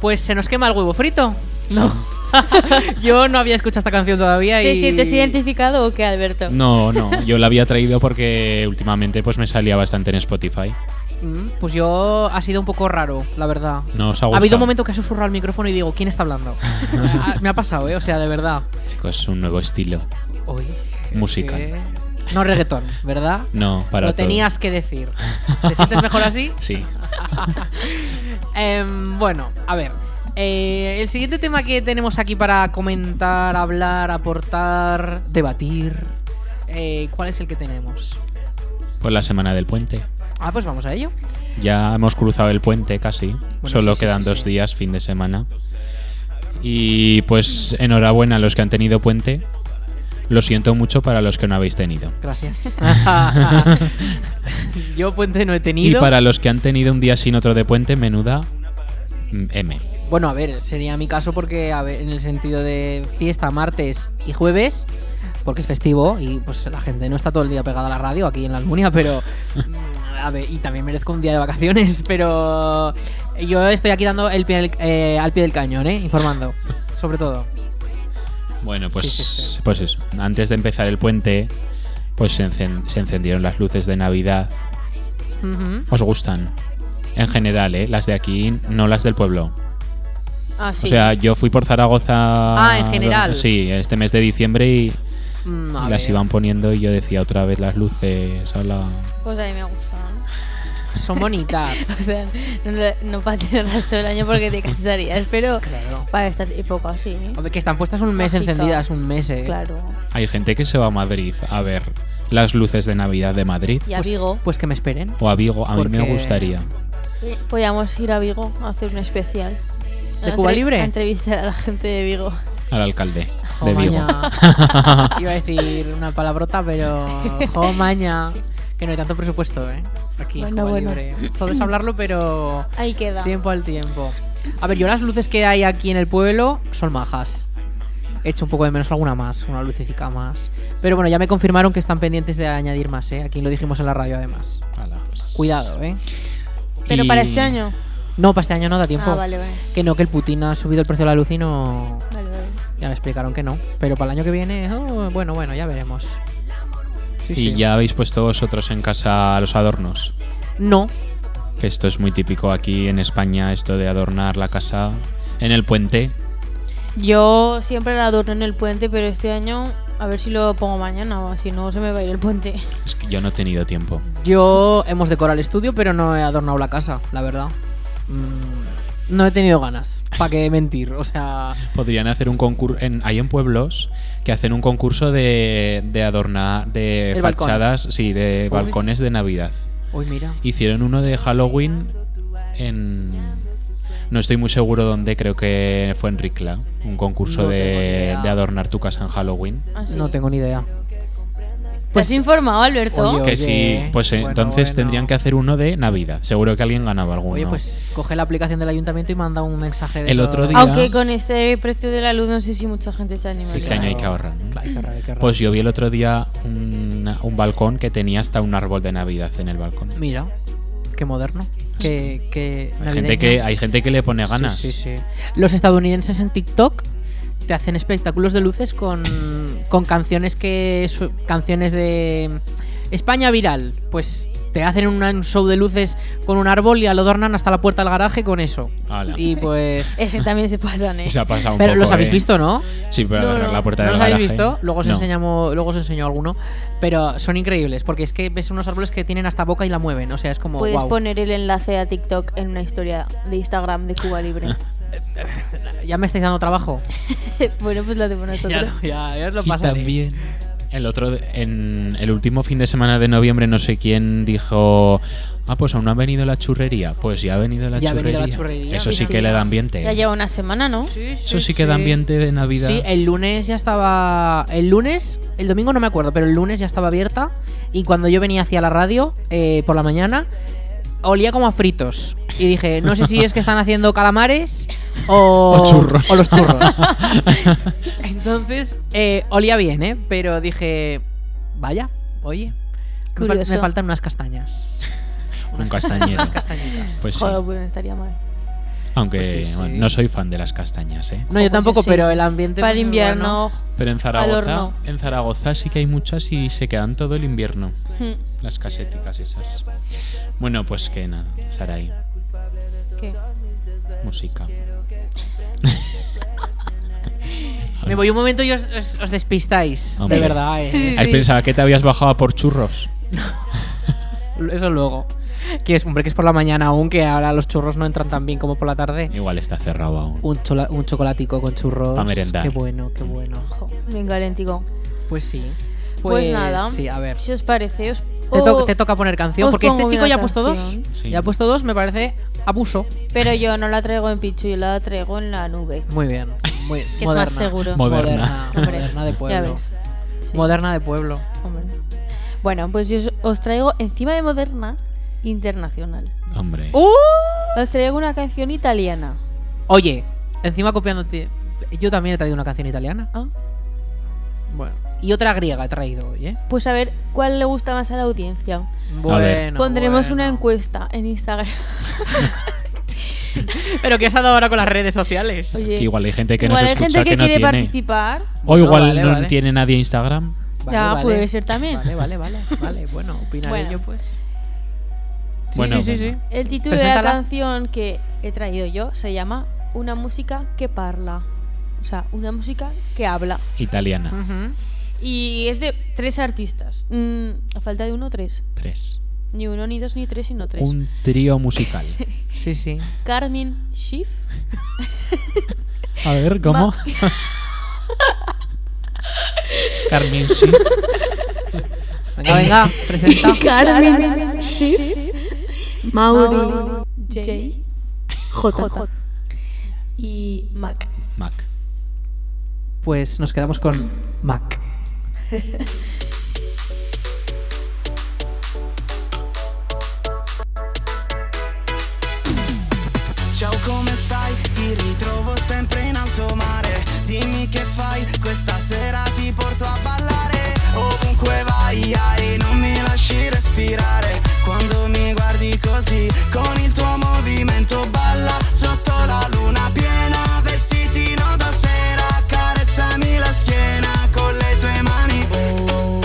Speaker 2: Pues se nos quema el huevo frito. No. *laughs* Yo no había escuchado esta canción todavía
Speaker 3: ¿Te,
Speaker 2: y.
Speaker 3: si- te has identificado o qué, Alberto?
Speaker 4: No, no, yo la había traído porque últimamente pues me salía bastante en Spotify.
Speaker 2: Mm, Pues yo ha sido un poco raro, la verdad.
Speaker 4: No os ha gustado.
Speaker 2: Ha habido un momento que he susurrado al micrófono y digo, ¿quién
Speaker 4: *laughs*
Speaker 2: está hablando? Ah, Me ha pasado, ¿eh? O sea, de verdad.
Speaker 4: Chicos, es un nuevo estilo.
Speaker 2: Hoy. es
Speaker 4: Musical.
Speaker 2: que- No reggaetón, ¿verdad?
Speaker 4: No, para
Speaker 2: Lo
Speaker 4: todo.
Speaker 2: tenías que decir. ¿Te sientes mejor así?
Speaker 4: *laughs* Sí.
Speaker 2: *laughs* Em, bueno, a ver. Eh, el siguiente tema que tenemos aquí para comentar, hablar, aportar, debatir. eh, ¿Cuál es el que tenemos?
Speaker 4: Pues la semana del puente.
Speaker 2: Ah, pues vamos a ello.
Speaker 4: Ya hemos cruzado el puente casi. Solo
Speaker 2: sí, sí,
Speaker 4: quedan
Speaker 2: sí,
Speaker 4: dos
Speaker 2: sí.
Speaker 4: días, fin de semana. Y pues enhorabuena a los que han tenido puente. Lo siento mucho para los que no habéis tenido. *laughs*
Speaker 2: Gracias. *laughs* Yo puente no he
Speaker 4: Y
Speaker 2: tenido.
Speaker 4: para los que han tenido un día sin otro de puente, menuda mm, M.
Speaker 2: Bueno, a ver, sería mi caso porque, a ver, en el sentido de fiesta martes y jueves, porque es festivo y pues la gente no está todo el día pegada a la radio aquí en la Almunia, pero... mm, A ver, y también merezco un día de vacaciones, *laughs* pero yo estoy aquí dando el pie del- eh, al pie del cañón, ¿eh? Informando, sobre todo.
Speaker 4: Bueno, pues,
Speaker 2: Sí, sí, sí.
Speaker 4: pues eso. Antes de empezar el puente, pues se, encen- se encendieron las luces de Navidad.
Speaker 2: Ujú.
Speaker 4: ¿Os gustan? En general, ¿eh? Las de aquí, no las del pueblo.
Speaker 3: Ah, sí.
Speaker 4: O
Speaker 3: *laughs*
Speaker 4: sea, yo fui por Zaragoza.
Speaker 2: Ah, en general.
Speaker 4: Sí, este mes de diciembre y
Speaker 2: Mm, a
Speaker 4: las
Speaker 2: ver,
Speaker 4: iban poniendo y yo decía otra vez las luces. Hola.
Speaker 3: Pues a mí me gustaban. *laughs*
Speaker 2: Son bonitas.
Speaker 3: O sea, no, lo- no para tenerlas todo el año porque te cansarías, pero
Speaker 2: claro.
Speaker 3: para esta época sí. ¿eh?
Speaker 2: Hombre, Que están puestas un mes
Speaker 3: Mágica.
Speaker 2: encendidas, un mes, ¿eh?
Speaker 3: Claro.
Speaker 4: Hay gente que se va a Madrid a ver las luces de Navidad de Madrid
Speaker 3: Y a
Speaker 2: Pues,
Speaker 3: Vigo.
Speaker 2: pues que me esperen.
Speaker 4: o a Vigo. A mí me
Speaker 2: Porque-
Speaker 4: gustaría.
Speaker 3: Eh, Podíamos ir a Vigo a hacer un especial.
Speaker 2: ¿De
Speaker 3: A
Speaker 2: Cuba
Speaker 3: entre-
Speaker 2: Libre?
Speaker 3: A entrevistar a la gente de Vigo.
Speaker 4: Al alcalde de Vigo.
Speaker 2: Jomaña.
Speaker 4: *laughs*
Speaker 2: Oh,
Speaker 3: *laughs*
Speaker 2: Iba a decir una palabrota, pero jomaña. Que no hay tanto presupuesto, ¿eh? Aquí,
Speaker 3: Bueno,
Speaker 2: Cuba
Speaker 3: bueno.
Speaker 2: Libre. Todo es hablarlo, pero
Speaker 3: Ahí queda.
Speaker 2: tiempo al tiempo. A ver, yo las luces que hay aquí en el pueblo son majas. He hecho un poco de menos alguna más, una lucecica más. Pero bueno, ya me confirmaron que están pendientes de añadir más, ¿eh? Aquí lo dijimos en la radio además.
Speaker 4: Ala, pues.
Speaker 2: Cuidado, ¿eh?
Speaker 3: Pero
Speaker 4: Y-
Speaker 3: para este año.
Speaker 2: No, para este año no da tiempo.
Speaker 3: Ah, vale, vale.
Speaker 2: Que no, que el Putin ha subido el precio de la luz y no...
Speaker 3: Vale, vale.
Speaker 2: Ya me explicaron que no. Pero para el año que viene, oh, bueno, bueno, ya veremos. Sí,
Speaker 4: Y
Speaker 2: sí.
Speaker 4: ya habéis puesto vosotros en casa los adornos.
Speaker 2: No.
Speaker 4: Que esto es muy típico aquí en España, esto de adornar la casa en el puente.
Speaker 3: Yo siempre la adorno en el puente, pero este año a ver si lo pongo mañana o si no se me va a ir el puente.
Speaker 4: Es que yo no he tenido tiempo.
Speaker 2: Yo hemos decorado el estudio, pero no he adornado la casa, la verdad. Mm, no he tenido ganas. ¿Para qué mentir? O sea,
Speaker 4: Podrían hacer un concurso. En, hay en pueblos que hacen un concurso de, de adornar. de
Speaker 2: El balcón.
Speaker 4: fachadas, sí, de
Speaker 2: Uy.
Speaker 4: balcones de Navidad.
Speaker 2: uy, mira.
Speaker 4: Hicieron uno de Halloween en. No estoy muy seguro dónde, creo que fue en Ricla. Un concurso
Speaker 2: No tengo ni
Speaker 4: de,
Speaker 2: idea.
Speaker 4: de adornar tu casa en Halloween.
Speaker 3: Así.
Speaker 2: No tengo ni idea.
Speaker 3: ¿Te has informado, Alberto?
Speaker 2: Pues, Oye,
Speaker 4: que sí, pues eh,
Speaker 2: bueno,
Speaker 4: entonces
Speaker 2: bueno.
Speaker 4: tendrían que hacer uno de Navidad. Seguro que alguien ganaba alguno.
Speaker 2: Oye, pues coge la aplicación del ayuntamiento y manda un mensaje de
Speaker 4: El
Speaker 2: eso.
Speaker 4: otro día-
Speaker 3: Aunque con este precio de la luz no sé si mucha gente se anima.
Speaker 4: Sí, este
Speaker 3: ¿verdad?
Speaker 4: año hay que ahorrar, ¿no?
Speaker 2: Claro, hay que ahorrar, hay que ahorrar.
Speaker 4: Pues yo vi el otro día un, un balcón que tenía hasta un árbol de Navidad en el balcón.
Speaker 2: Mira, qué moderno. Qué, qué
Speaker 4: Hay gente,
Speaker 2: navideño.
Speaker 4: que, hay gente que le pone ganas.
Speaker 2: Sí, sí, sí. Los estadounidenses en TikTok te hacen espectáculos de
Speaker 4: *coughs*
Speaker 2: luces con, con canciones que su- canciones de España viral, pues te hacen un un show de luces con un árbol y lo adornan hasta la puerta del garaje con eso.
Speaker 4: Ala.
Speaker 2: Y pues
Speaker 3: Ese también se pasan, ¿eh?
Speaker 4: Se ha pasado un
Speaker 2: pero
Speaker 4: poco,
Speaker 2: los habéis
Speaker 4: eh.
Speaker 2: visto, ¿no?
Speaker 4: Sí, pero
Speaker 3: No,
Speaker 4: agarrar
Speaker 3: no.
Speaker 4: la puerta
Speaker 2: ¿No
Speaker 4: del
Speaker 2: los habéis
Speaker 4: garaje.
Speaker 2: visto? Luego os,
Speaker 4: No.
Speaker 2: enseñamos, luego os enseño alguno. Pero son increíbles, porque es que ves unos árboles que tienen hasta boca y la mueven. O sea, es como.
Speaker 3: Puedes
Speaker 2: guau.
Speaker 3: poner el enlace a TikTok en una historia de Instagram de
Speaker 2: *laughs*
Speaker 3: Cuba Libre.
Speaker 2: *laughs*
Speaker 3: *laughs*
Speaker 2: Ya me estáis dando trabajo.
Speaker 3: bueno, pues lo hacemos
Speaker 2: Ya,
Speaker 3: nosotros.
Speaker 2: ya, ya os lo
Speaker 4: Y
Speaker 2: pasaré.
Speaker 4: también El otro, de- en el último fin de semana de noviembre, no sé quién dijo. Ah, pues aún no ha venido la churrería. Pues ya ha venido la,
Speaker 2: Ya ha
Speaker 4: churrería.
Speaker 2: venido la churrería.
Speaker 4: Eso sí,
Speaker 2: Sí,
Speaker 4: que
Speaker 2: sí.
Speaker 4: le da ambiente.
Speaker 3: Ya lleva una semana, ¿no?
Speaker 4: Eso sí que da ambiente de Navidad.
Speaker 2: Sí, eh, el lunes ya estaba. El lunes, el domingo no me acuerdo, pero el lunes ya estaba abierta. Y cuando yo venía hacia la radio eh, por la mañana, olía como a fritos. Y dije, no sé
Speaker 4: *laughs*
Speaker 2: si es que están haciendo calamares o,
Speaker 4: O churros.
Speaker 2: o los
Speaker 4: *laughs*
Speaker 2: churros. Entonces, eh, olía bien, ¿eh? Pero dije, vaya, oye, me, fal-
Speaker 3: Curioso.
Speaker 2: me faltan unas castañas.
Speaker 4: Un castañero.
Speaker 2: Unas *laughs* castañitas.
Speaker 4: Pues sí.
Speaker 3: Joder, pues no estaría mal.
Speaker 4: Aunque
Speaker 2: Pues sí, sí.
Speaker 4: bueno, no soy fan de las castañas, ¿eh?
Speaker 2: No, yo
Speaker 3: Pues
Speaker 2: tampoco,
Speaker 3: sí.
Speaker 2: pero el ambiente.
Speaker 3: Para el
Speaker 2: pues, bueno.
Speaker 3: invierno.
Speaker 4: Pero en
Speaker 3: Al
Speaker 4: Zaragoza,
Speaker 3: horno.
Speaker 4: en Zaragoza sí que hay muchas y se quedan todo el invierno.
Speaker 3: hmm,
Speaker 4: Las caseticas esas. Bueno, pues que nada, Sarai,
Speaker 3: ¿Qué?
Speaker 4: música.
Speaker 2: Me voy un momento y os, os- os despistáis.
Speaker 4: Hombre.
Speaker 2: De verdad, eh.
Speaker 3: Sí, sí,
Speaker 4: Ah, Ahí
Speaker 3: sí.
Speaker 4: pensaba que te habías bajado a por churros.
Speaker 2: Eso luego. Que es, hombre, que es por la mañana aún, que ahora los churros no entran tan bien como por la tarde.
Speaker 4: Igual está cerrado aún.
Speaker 2: Un, chola- un chocolatico con churros.
Speaker 4: Pa' merendar.
Speaker 2: Qué bueno, qué bueno.
Speaker 3: Jo, Venga, lentico.
Speaker 2: Pues sí. Pues,
Speaker 3: Pues, nada.
Speaker 2: Sí, a ver.
Speaker 3: Si os parece, os.
Speaker 2: Te, to-
Speaker 3: o-
Speaker 2: te toca poner canción,
Speaker 3: os
Speaker 2: porque este
Speaker 3: pongo
Speaker 2: chico
Speaker 3: una
Speaker 2: ya ha puesto dos.
Speaker 3: canción.
Speaker 4: Sí.
Speaker 2: Ya ha puesto dos, me parece abuso.
Speaker 3: Pero yo no la traigo en Pichu, yo la traigo en la nube.
Speaker 2: Muy bien. Muy
Speaker 3: Que
Speaker 2: moderna.
Speaker 3: es más seguro.
Speaker 4: Mo- Moderna.
Speaker 2: Moderna,
Speaker 3: Hombre,
Speaker 2: moderna de
Speaker 3: Ya
Speaker 2: pueblo.
Speaker 3: ves. Sí,
Speaker 2: Moderna de pueblo.
Speaker 3: hombre. Bueno, pues yo os- os traigo encima de Moderna Internacional.
Speaker 4: Hombre.
Speaker 2: ¡Uh!
Speaker 3: Os traigo una canción italiana.
Speaker 2: Oye, encima copiándote. Yo también he traído una canción italiana.
Speaker 3: Ah,
Speaker 2: Bueno. Y otra griega he traído hoy, ¿eh?
Speaker 3: Pues a ver cuál le gusta más a la audiencia.
Speaker 4: Bueno,
Speaker 3: Pondremos una
Speaker 2: bueno.
Speaker 3: encuesta en Instagram.
Speaker 2: Pero ¿qué se ha dado ahora con las redes sociales?
Speaker 3: Oye,
Speaker 4: Que igual hay gente que
Speaker 3: igual
Speaker 4: nos
Speaker 3: hay
Speaker 4: escucha
Speaker 3: gente que,
Speaker 4: que no
Speaker 3: quiere
Speaker 4: tiene.
Speaker 3: participar.
Speaker 4: O
Speaker 2: Bueno,
Speaker 4: igual
Speaker 2: vale,
Speaker 4: no
Speaker 2: vale.
Speaker 4: tiene nadie Instagram.
Speaker 3: Ya, puede ser también.
Speaker 2: Vale, vale, vale. vale. Bueno, opinaré
Speaker 3: Bueno.
Speaker 2: yo, pues. Sí,
Speaker 4: Bueno,
Speaker 2: sí, sí,
Speaker 4: bueno.
Speaker 2: sí.
Speaker 3: El título de
Speaker 2: Preséntala.
Speaker 3: la canción que he traído yo se llama Una música que parla. O sea, una música que habla.
Speaker 4: Italiana.
Speaker 3: Ah.
Speaker 2: Ujú.
Speaker 3: Y es de tres artistas. Mm, a falta de uno, tres.
Speaker 4: Tres.
Speaker 3: Ni uno, ni dos, ni tres, sino tres.
Speaker 4: Un trío musical.
Speaker 2: Sí, sí.
Speaker 3: *laughs* Carmen Schiff.
Speaker 4: A ver, ¿cómo?
Speaker 3: Ma-
Speaker 4: *laughs* Carmen, sí.
Speaker 2: Venga, venga,
Speaker 3: *laughs*
Speaker 2: presenta.
Speaker 1: Carmen Schiff, Mauri
Speaker 3: J.
Speaker 1: J.
Speaker 3: Y Mac.
Speaker 4: Mac.
Speaker 2: Pues nos quedamos con Mac.
Speaker 10: Ciao come stai? Ti ritrovo sempre in alto mare Dimmi che fai, questa sera ti porto a ballare Ovunque vai, ai, non mi lasci respirare Quando mi guardi così, con il tuo movimento Balla sotto la luna piena, vestitino da sera Carezzami la schiena con le tue mani Oh,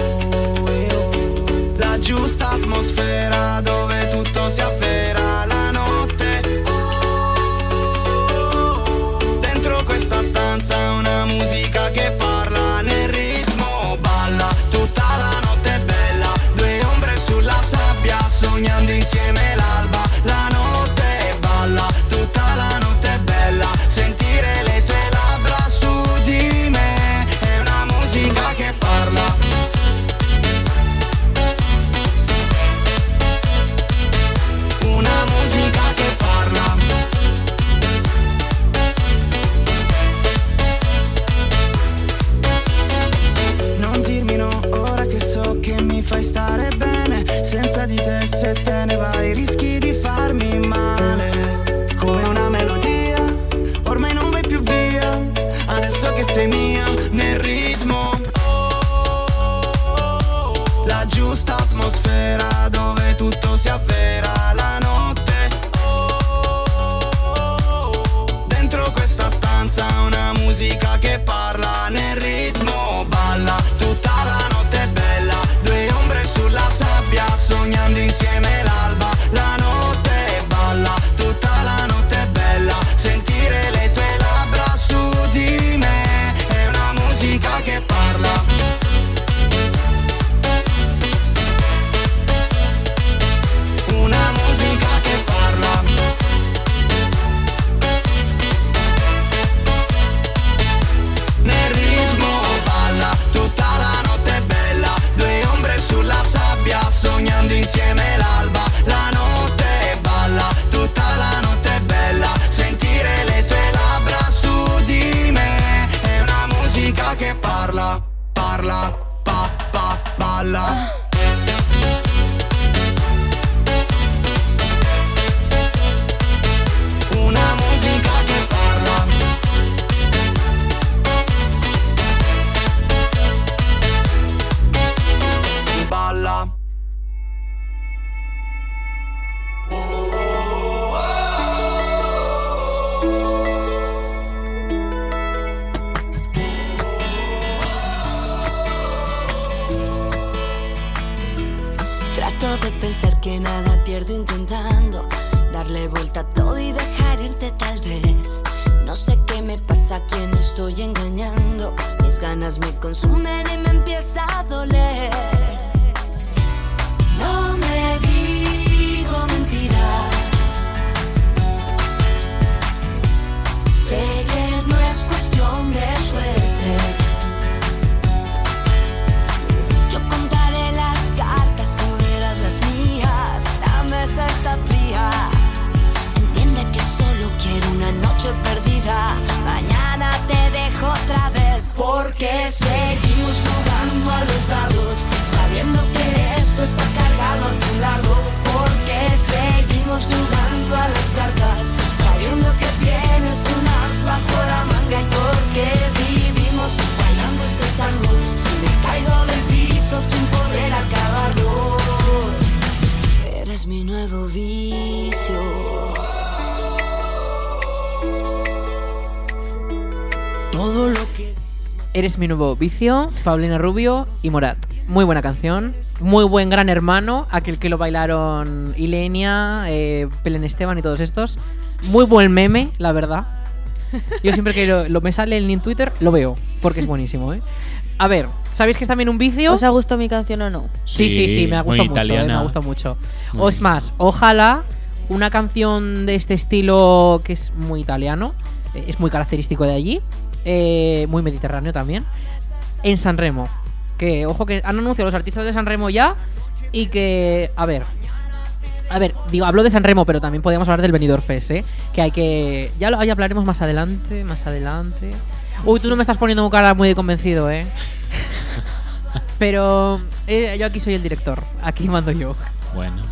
Speaker 10: eh, oh. La giusta atmosfera dove tutto si avvera La notte, oh, dentro questa stanza una musica che parla nel
Speaker 11: que nada pierdo intentando darle vuelta a todo y dejar irte tal vez. No sé qué me pasa, a quién estoy engañando. Mis ganas me consumen y me empieza a doler. No me digo mentiras. Sé que no es cuestión de suerte. Yo contaré las cartas, tú verás las mías. La mesa está fría. Entiende que solo quiero una noche perdida. Mañana te dejo otra vez. Porque seguimos jugando a los dados, sabiendo que esto está cargado a tu lado. Porque seguimos jugando a las cartas, sabiendo que tienes un as bajo la manga. Y porque vivimos bailando este tango, si me caigo del piso sin poder acabarlo. Eres mi nuevo vicio.
Speaker 2: Todo lo que... Eres mi nuevo vicio, Paulina Rubio y Morat. Muy buena canción, muy buen gran hermano, aquel que lo bailaron Ilenia, eh, Pelén Esteban y todos estos. Muy buen meme, la verdad. Yo siempre que lo, lo- me sale en Twitter lo veo, porque es buenísimo, ¿eh? A ver, ¿sabéis que es también un vicio?
Speaker 3: ¿Os ha gustado mi canción o no?
Speaker 2: Sí, sí, sí, me ha
Speaker 4: muy
Speaker 2: gustado mucho, eh, me
Speaker 4: italiana.
Speaker 2: ha gustado mucho.
Speaker 4: Muy
Speaker 2: O es
Speaker 4: bien.
Speaker 2: más, ojalá una canción de este estilo que es muy italiano, eh, es muy característico de allí, eh, muy mediterráneo también, en San Remo. Que, ojo, que han anunciado los artistas de San Remo ya y que, a ver, a ver, digo, hablo de San Remo, pero también podríamos hablar del Benidorm Fest, ¿eh? Que hay que... Ya lo ahí hablaremos más adelante, más adelante. Uy, tú no me estás poniendo cara muy de convencido,
Speaker 4: *laughs*
Speaker 2: ¿eh? Pero eh, yo aquí soy el director, aquí mando yo.
Speaker 4: Bueno,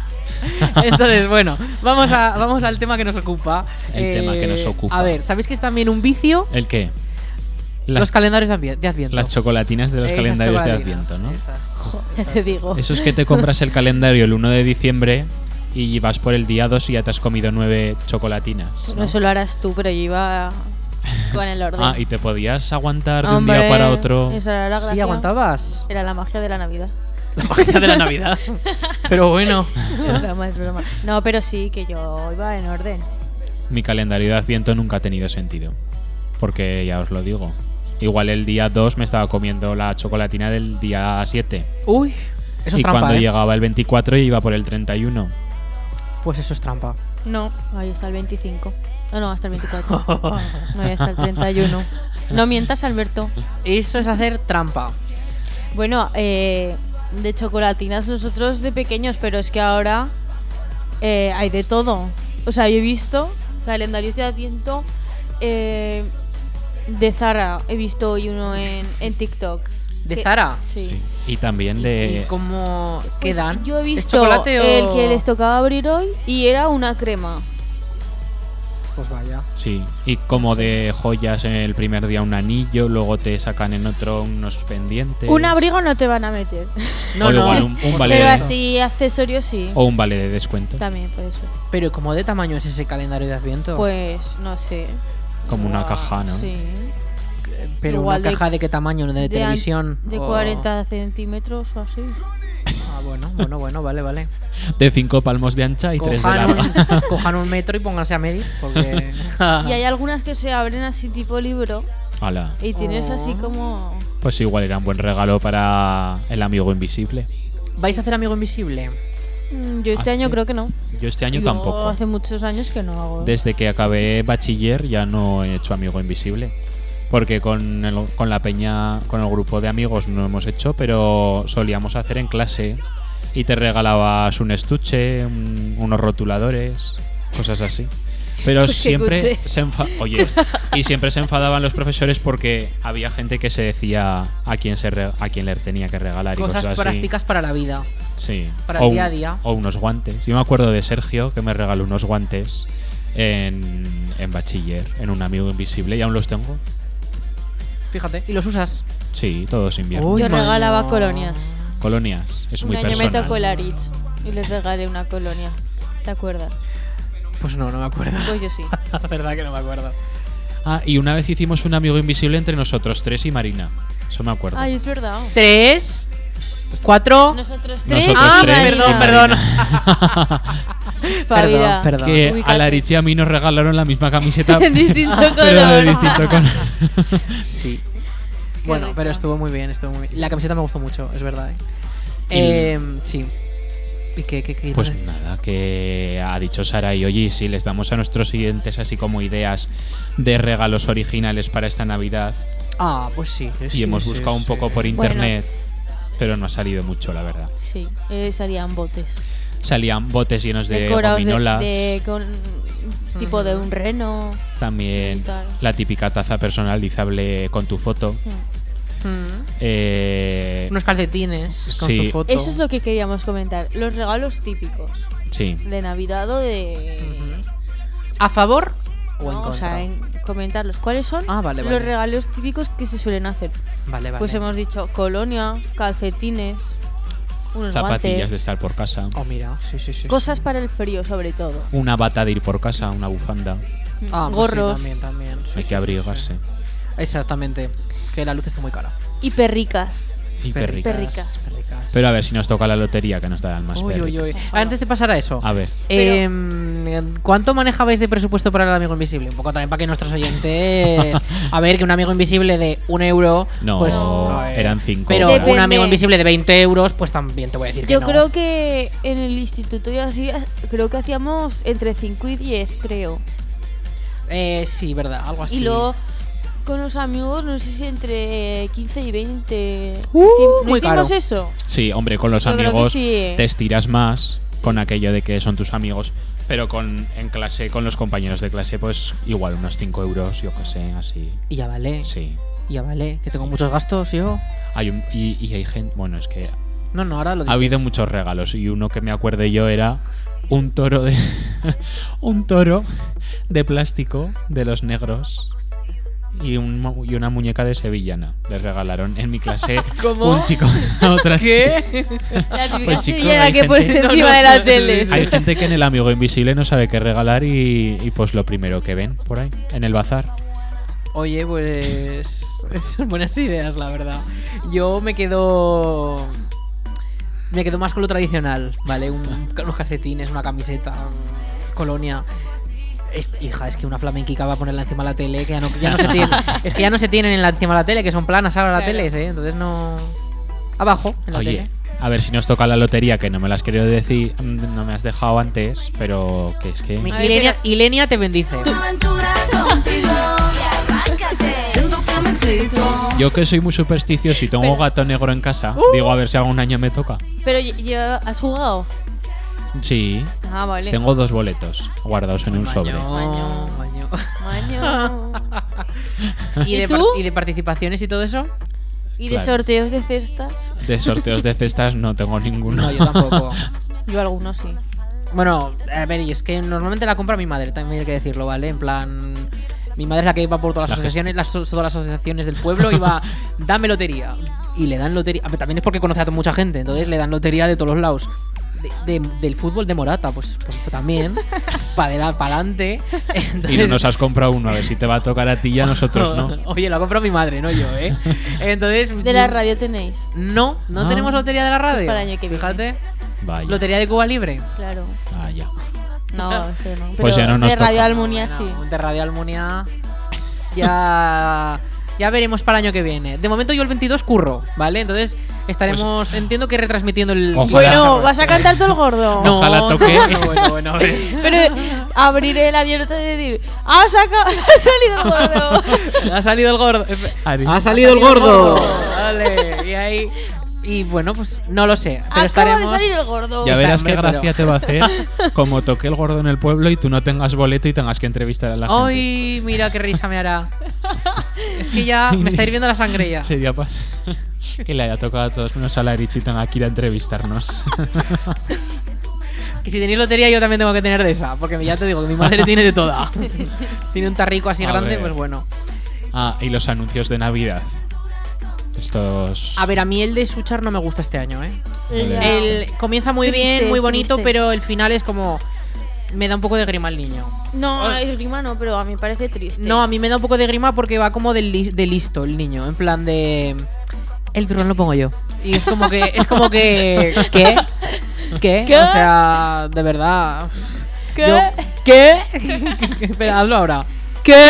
Speaker 2: *laughs* Entonces, bueno, vamos, a, vamos al tema que nos ocupa. Eh,
Speaker 4: El tema que nos ocupa.
Speaker 2: A ver, ¿sabéis que es también un vicio?
Speaker 4: ¿el qué? Las-
Speaker 2: los calendarios de advi- de Adviento.
Speaker 4: las chocolatinas de los
Speaker 2: Esas
Speaker 4: calendarios de
Speaker 2: chocolatinas,
Speaker 4: Adviento, ¿no?
Speaker 2: esas. Oh.
Speaker 3: Ya te digo.
Speaker 4: Eso es que te compras el calendario el 1 de diciembre y vas por el día 2 y ya te has comido nueve
Speaker 2: Pues
Speaker 4: chocolatinas. ¿no?
Speaker 3: No solo harás tú, pero yo iba con el orden.
Speaker 4: Ah, y te podías aguantar de un día
Speaker 3: Hombre,
Speaker 4: para otro.
Speaker 3: Esa era la
Speaker 2: Sí,
Speaker 3: gracia.
Speaker 2: aguantabas.
Speaker 3: Era la magia de la Navidad.
Speaker 2: La magia de la Navidad. Pero bueno.
Speaker 3: *laughs* Es broma, es broma. No, pero sí, que yo iba en orden.
Speaker 4: Mi calendario de Adviento nunca ha tenido sentido. Porque ya os lo digo. Igual el día 2 me estaba comiendo la chocolatina del día 7.
Speaker 2: Uy, eso
Speaker 4: y
Speaker 2: es trampa.
Speaker 4: cuando
Speaker 2: ¿eh?
Speaker 4: llegaba el 24 iba por el 31.
Speaker 2: Pues eso es trampa.
Speaker 3: No, ahí está el 25. No, no, hasta el
Speaker 2: *laughs*
Speaker 3: 24. No, ahí está el 31. No mientas, Alberto.
Speaker 2: Eso es hacer trampa.
Speaker 3: Bueno, eh, de chocolatinas nosotros de pequeños, pero es que ahora eh, hay de todo. O sea, yo he visto calendarios de adviento eh, de Zara. He visto hoy uno en, en TikTok.
Speaker 2: ¿De
Speaker 3: Que-
Speaker 2: Zara?
Speaker 3: Sí.
Speaker 4: Sí. Y también
Speaker 2: ¿Y
Speaker 4: de...
Speaker 2: cómo
Speaker 3: Eh, Pues
Speaker 2: quedan?
Speaker 3: Yo he
Speaker 2: ¿Es
Speaker 3: visto
Speaker 2: chocolate o-
Speaker 3: el que les tocaba abrir hoy y era una crema.
Speaker 2: Pues vaya.
Speaker 4: Sí, y como de joyas en el primer día un anillo, luego te sacan en otro unos pendientes.
Speaker 3: Un abrigo no te van
Speaker 4: *laughs*
Speaker 3: a meter,
Speaker 4: O igual un- un vale-
Speaker 3: pero así accesorios sí.
Speaker 4: O un vale de descuento.
Speaker 3: También puede ser.
Speaker 2: Pero ¿cómo de tamaño es ese calendario de Adviento?
Speaker 3: Pues no sé.
Speaker 4: Como una caja, ¿no?
Speaker 3: Sí.
Speaker 2: Pero
Speaker 3: igual
Speaker 2: una
Speaker 3: de-
Speaker 2: caja de, qué tamaño, de,
Speaker 3: an-
Speaker 2: televisión. Oh.
Speaker 3: De
Speaker 2: o-
Speaker 3: 40 centímetros o así.
Speaker 2: Ah, bueno, bueno, bueno, vale,
Speaker 4: *laughs*
Speaker 2: vale.
Speaker 4: De cinco palmos de ancha y tres de
Speaker 2: Cojan un, *laughs*
Speaker 4: larga.
Speaker 2: cojan un metro y pónganse a medir, porque... *laughs*
Speaker 3: Y hay algunas que se abren así tipo libro
Speaker 4: Hala.
Speaker 3: y tienes
Speaker 2: Oh.
Speaker 3: así como...
Speaker 4: Pues igual era un buen regalo para el amigo invisible.
Speaker 2: ¿Vais a hacer amigo invisible?
Speaker 3: Mm, Yo este
Speaker 4: Ah,
Speaker 3: año
Speaker 4: sí.
Speaker 3: creo que no.
Speaker 4: Yo este año
Speaker 3: Yo
Speaker 4: tampoco.
Speaker 3: Hace muchos años que no hago.
Speaker 4: Desde que acabé bachiller ya no he hecho amigo invisible. Porque con, el- con la peña, con el grupo de amigos no hemos hecho, pero solíamos hacer en clase. Y te regalabas un estuche, un- unos rotuladores, cosas así. *laughs* Pero
Speaker 3: Pues *laughs* qué
Speaker 4: siempre
Speaker 3: cutres.
Speaker 4: se enfa- Oye, y siempre se enfadaban los profesores porque había gente que se decía a quién se re- a quién le tenía que regalar y
Speaker 2: Cosas
Speaker 4: cosas, así.
Speaker 2: prácticas para la vida.
Speaker 4: Sí.
Speaker 2: Para el
Speaker 4: O
Speaker 2: día a día.
Speaker 4: O unos guantes. Yo me acuerdo de Sergio que me regaló unos guantes en, en bachiller, en un amigo invisible, y aún los tengo.
Speaker 2: Fíjate. ¿Y los usas?
Speaker 4: Sí, todos invierno.
Speaker 2: Uy,
Speaker 3: Yo
Speaker 2: mano.
Speaker 3: regalaba colonias.
Speaker 4: Colonias, es
Speaker 3: Un
Speaker 4: muy
Speaker 3: año me tocó el
Speaker 4: personal.
Speaker 3: Aritz y les regalé una colonia. ¿Te acuerdas?
Speaker 2: Pues no, no me acuerdo.
Speaker 4: *laughs*
Speaker 3: Pues yo sí.
Speaker 2: La verdad que no me acuerdo.
Speaker 4: Ah, y una vez hicimos un amigo invisible entre nosotros, tres y Marina. Eso me acuerdo.
Speaker 3: Ay, es verdad.
Speaker 2: ¿Tres? ¿Cuatro?
Speaker 3: Nosotros tres.
Speaker 4: Nosotros
Speaker 2: Ah,
Speaker 4: tres
Speaker 2: perdón,
Speaker 4: y *laughs*
Speaker 2: perdón.
Speaker 4: Marina.
Speaker 3: Espabila.
Speaker 2: Perdón, perdón.
Speaker 4: que
Speaker 3: Ubícate.
Speaker 4: a Laritz y a mí nos regalaron la misma *laughs* camiseta,
Speaker 3: *laughs* En
Speaker 2: *laughs*
Speaker 3: distinto
Speaker 4: pero de
Speaker 3: color.
Speaker 4: distinto color. *laughs*
Speaker 2: Sí. Bueno,
Speaker 3: rico.
Speaker 2: pero estuvo muy bien, estuvo muy bien. La camiseta me gustó mucho, es verdad. ¿eh?
Speaker 4: Y-
Speaker 2: Eh, sí. ¿Y qué, qué, qué
Speaker 4: Pues
Speaker 2: ibas a-
Speaker 4: nada, que ha dicho Sara y oye, si les damos a nuestros siguientes así como ideas de regalos originales para esta Navidad
Speaker 2: Ah, pues sí.
Speaker 4: y
Speaker 2: sí,
Speaker 4: hemos
Speaker 2: sí,
Speaker 4: buscado un
Speaker 2: sí.
Speaker 4: poco por
Speaker 3: Bueno.
Speaker 4: internet, pero no ha salido mucho, la verdad.
Speaker 3: Sí, eh, salían botes.
Speaker 4: Salían botes llenos de
Speaker 3: Decorados de,
Speaker 4: gominolas,
Speaker 3: de- con tipo de un reno. y
Speaker 4: también
Speaker 3: tal.
Speaker 4: la típica taza personalizable con tu foto.
Speaker 2: Mm.
Speaker 4: Eh,
Speaker 2: Unos calcetines con
Speaker 4: Sí.
Speaker 2: su foto.
Speaker 3: Eso es lo que queríamos comentar. Los regalos típicos
Speaker 4: sí,
Speaker 3: de Navidad o de.
Speaker 2: ¿A favor o en
Speaker 3: No,
Speaker 2: contra?
Speaker 3: o sea, en comentarlos. ¿Cuáles son
Speaker 2: Ah, vale,
Speaker 3: los
Speaker 2: vale.
Speaker 3: regalos típicos que se suelen hacer?
Speaker 2: Vale, vale.
Speaker 3: Pues hemos dicho colonia, calcetines, unos
Speaker 4: zapatillas de
Speaker 3: guantes,
Speaker 4: estar por casa,
Speaker 2: Oh, mira, sí, sí, sí.
Speaker 3: cosas
Speaker 2: sí.
Speaker 3: para el frío sobre todo,
Speaker 4: una bata de ir por casa, una bufanda,
Speaker 2: Ah, pues sí,
Speaker 3: gorros
Speaker 2: también, también. Sí, sí,
Speaker 4: hay
Speaker 2: sí, sí.
Speaker 4: que abrigarse.
Speaker 2: Exactamente. Que la luz está muy cara.
Speaker 3: y perricas.
Speaker 4: Y perricas.
Speaker 3: Perricas.
Speaker 2: perricas.
Speaker 4: Pero a ver si nos toca la lotería que nos darán más.
Speaker 2: Uy, uy,
Speaker 4: perricas.
Speaker 2: uy. Antes de pasar a eso.
Speaker 4: A ver.
Speaker 2: Em, ¿Cuánto manejabais de presupuesto para el amigo invisible? Un poco también para que
Speaker 4: *laughs*
Speaker 2: nuestros oyentes. A ver, que un amigo invisible de un euro.
Speaker 4: No,
Speaker 2: pues,
Speaker 4: No. eran cinco.
Speaker 2: Pero
Speaker 4: Depende.
Speaker 2: un amigo invisible de 20 euros, pues también te voy a decir que
Speaker 3: Yo
Speaker 2: no.
Speaker 3: creo que en el instituto y así ah, creo que hacíamos entre 5 y 10, creo.
Speaker 2: Eh, sí, verdad, algo así.
Speaker 3: Y luego con los amigos, no sé si entre 15 y 20.
Speaker 2: Uh,
Speaker 3: ¿No
Speaker 2: muy
Speaker 3: hicimos
Speaker 2: caro.
Speaker 3: eso?
Speaker 4: Sí, hombre, con los
Speaker 3: Yo creo que
Speaker 4: amigos
Speaker 3: sí, ¿eh?
Speaker 4: te estiras más con aquello de que son tus amigos, pero con en clase, con los compañeros de clase, pues igual unos 5 euros, yo qué sé, así.
Speaker 2: Y ya vale.
Speaker 4: Sí.
Speaker 2: Y ya vale. Que tengo muchos gastos yo.
Speaker 4: Hay un- y, y hay gente, bueno, es que
Speaker 2: No, no, ahora lo
Speaker 4: ha
Speaker 2: dices.
Speaker 4: habido muchos regalos y uno que me acuerdo yo era un toro de *laughs* un toro de plástico de los negros. Y, un mu- y una muñeca de sevillana. Les regalaron en mi clase
Speaker 2: *laughs* ¿Cómo?
Speaker 4: un chico a otra chica.
Speaker 2: ¿Qué? *laughs*
Speaker 3: La típica
Speaker 4: Pues, chico,
Speaker 3: silla
Speaker 4: hay
Speaker 3: que pones
Speaker 4: gente-
Speaker 3: encima
Speaker 2: No, no,
Speaker 3: de la
Speaker 2: no,
Speaker 3: tele.
Speaker 2: no,
Speaker 4: Hay gente que en el amigo invisible no sabe qué regalar y, y pues lo primero que ven por ahí, en el bazar.
Speaker 2: Oye, pues. *laughs* Son buenas ideas, la verdad. Yo me quedo. Me quedo más con lo tradicional, ¿vale? Un- unos calcetines, una camiseta, mm, colonia. Es- hija, es que una flamenquica va a ponerla encima de la tele, que ya no, ya no se tiene. Es que ya no se tienen en la, encima de la tele, que son planas ahora las
Speaker 3: Claro.
Speaker 2: teles, ¿eh? Entonces no. Abajo, en la
Speaker 4: Oye, eh.
Speaker 2: tele.
Speaker 4: a ver si nos toca la lotería, que no me las quiero decir, mm, no me has dejado antes, pero que es
Speaker 2: Mi-
Speaker 4: que...
Speaker 3: Ay,
Speaker 2: Ilenia,
Speaker 3: pero-
Speaker 2: Ilenia te bendice.
Speaker 11: Tu aventura contigo y arráncate. Siento que me excito.
Speaker 4: Yo que soy muy supersticioso y tengo gato negro en
Speaker 2: ¡Uh!
Speaker 4: casa, digo a ver si algún año me toca.
Speaker 3: Pero ya- ya has jugado.
Speaker 4: Sí,
Speaker 3: Ah, vale.
Speaker 4: tengo dos boletos guardados en un sobre.
Speaker 2: Maño, maño.
Speaker 3: Maño.
Speaker 2: *laughs* ¿Y, de
Speaker 3: tú?
Speaker 2: par- ¿Y de participaciones y todo eso?
Speaker 3: ¿Y de
Speaker 4: Claro.
Speaker 3: sorteos de cestas?
Speaker 4: De sorteos de cestas no tengo ninguno.
Speaker 2: No, yo tampoco.
Speaker 3: Yo algunos sí.
Speaker 2: Bueno, a ver, y es que normalmente la compra mi madre, también hay que decirlo, ¿vale? En plan, mi madre es la que va por todas las
Speaker 4: La
Speaker 2: asociaciones, las, todas las asociaciones del pueblo
Speaker 4: *laughs*
Speaker 2: y va, dame lotería. Y le dan lotería. A ver, también es porque conoce a mucha gente, entonces le dan lotería de todos los lados. De- de- del fútbol de Morata, pues, pues
Speaker 4: *laughs*
Speaker 2: también. Para adelante.
Speaker 4: *laughs* Y no nos has comprado uno, a ver si te va a tocar a ti y a nosotros, ¿no?
Speaker 2: *laughs* Oye, lo ha comprado mi madre, no yo,
Speaker 4: *laughs*
Speaker 2: ¿eh? Entonces.
Speaker 3: De la radio tenéis. Pues
Speaker 2: No, no
Speaker 4: Ah.
Speaker 2: tenemos lotería de la radio.
Speaker 3: para el año que viene.
Speaker 2: Fíjate.
Speaker 4: Vaya,
Speaker 2: Lotería de Cuba Libre.
Speaker 3: Claro.
Speaker 4: vaya.
Speaker 3: No,
Speaker 2: Ah.
Speaker 3: eso no. Pero
Speaker 4: Pues ya no nos
Speaker 3: de
Speaker 4: toca.
Speaker 3: Radio Almunia sí.
Speaker 2: Bueno, De Radio Almunia. Ya. Ya veremos para el año que viene. De momento yo el 22 curro, ¿vale? Entonces estaremos, entiendo que retransmitiendo el...
Speaker 4: Pues, Ojalá.
Speaker 3: Bueno, vas a cantar todo
Speaker 4: *laughs*
Speaker 3: el gordo.
Speaker 2: No,
Speaker 4: Ojalá
Speaker 2: no,
Speaker 4: toque.
Speaker 2: no, *laughs* bueno, bueno, a ver.
Speaker 3: *laughs* Pero abriré la abierta y decir, ¡Ah, saca, *laughs* ha salido el gordo!
Speaker 2: Ha salido el gordo.
Speaker 4: Ari.
Speaker 2: Ha salido el gordo.
Speaker 3: gordo.
Speaker 2: Vale, y ahí... Y bueno, pues no lo sé. Pero
Speaker 3: Acaba
Speaker 2: estaremos...
Speaker 3: de salir el gordo.
Speaker 4: Ya
Speaker 2: Está,
Speaker 4: verás qué
Speaker 2: hombre,
Speaker 4: gracia te va a hacer como toque el gordo en el pueblo y tú no tengas boleto y tengas que entrevistar a la gente.
Speaker 2: *laughs* Ay, mira qué risa me hará. es que ya
Speaker 4: *laughs*
Speaker 2: me está hirviendo la sangre ya.
Speaker 4: Sería pa- *laughs* que le haya tocado a todos menos a la Erich y tenga que ir a entrevistarnos. *laughs*
Speaker 2: Que si tenéis lotería yo también tengo que tener de esa, porque ya te digo que mi madre tiene
Speaker 4: *laughs*
Speaker 2: de toda. tiene un tarrico así
Speaker 4: A
Speaker 2: grande,
Speaker 4: ver.
Speaker 2: pues bueno.
Speaker 4: ah, y los anuncios de Navidad. Estos...
Speaker 2: A ver, a mí el de Suchar no me gusta este año, ¿eh?
Speaker 4: Ya.
Speaker 2: El comienza muy
Speaker 3: Triste,
Speaker 2: bien,
Speaker 3: es
Speaker 2: muy bonito,
Speaker 3: triste.
Speaker 2: pero el final es como me da un poco de grima el niño.
Speaker 3: No, es grima no, pero a mí me parece triste.
Speaker 2: No, a mí me da un poco de grima porque va como de, li- de listo el niño, en plan de el turrón lo pongo yo. Y es como que, es
Speaker 3: *laughs*
Speaker 2: como que, ¿qué?
Speaker 4: *laughs*
Speaker 2: ¿Qué?
Speaker 3: ¿Qué?
Speaker 2: O sea, de verdad.
Speaker 3: ¿Qué?
Speaker 2: Yo-
Speaker 4: *laughs*
Speaker 2: ¿Qué? Espera, hazlo ahora. ¿Qué?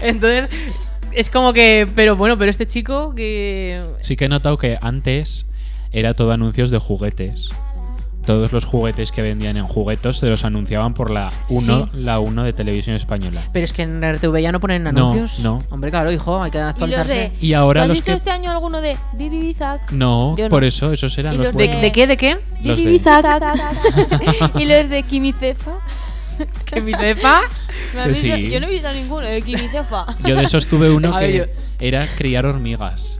Speaker 2: Entonces, es como que, pero bueno, pero este chico que...
Speaker 4: Sí que he notado que antes era todo anuncios de juguetes. Todos los juguetes que vendían en juguetos se los anunciaban por la 1,
Speaker 2: Sí.
Speaker 4: la 1 de televisión española.
Speaker 2: Pero es que en RTV ya no ponen anuncios.
Speaker 4: no.
Speaker 2: Hombre, claro, hijo, hay que
Speaker 3: Y los
Speaker 2: actualizarse.
Speaker 3: de.
Speaker 4: Y ahora
Speaker 3: ¿Tú ¿Has
Speaker 4: los
Speaker 3: visto
Speaker 4: que-
Speaker 3: este año alguno de Bibi Bizak?
Speaker 4: No,
Speaker 3: Yo no.
Speaker 4: por eso, esos eran
Speaker 3: Y
Speaker 4: los,
Speaker 3: los
Speaker 2: ¿De,
Speaker 4: buenos.
Speaker 2: de qué? ¿De qué?
Speaker 4: Los de-
Speaker 2: *laughs*
Speaker 3: Bibi Bizak. y los de Kimicefa.
Speaker 2: Que mi cepa.
Speaker 3: ¿Me habéis
Speaker 4: Sí.
Speaker 3: visto? Yo *laughs* no he visto ninguno de Kimicefa.
Speaker 4: Yo de esos tuve uno
Speaker 2: *laughs* A
Speaker 4: que
Speaker 2: ver, yo-
Speaker 4: era criar hormigas.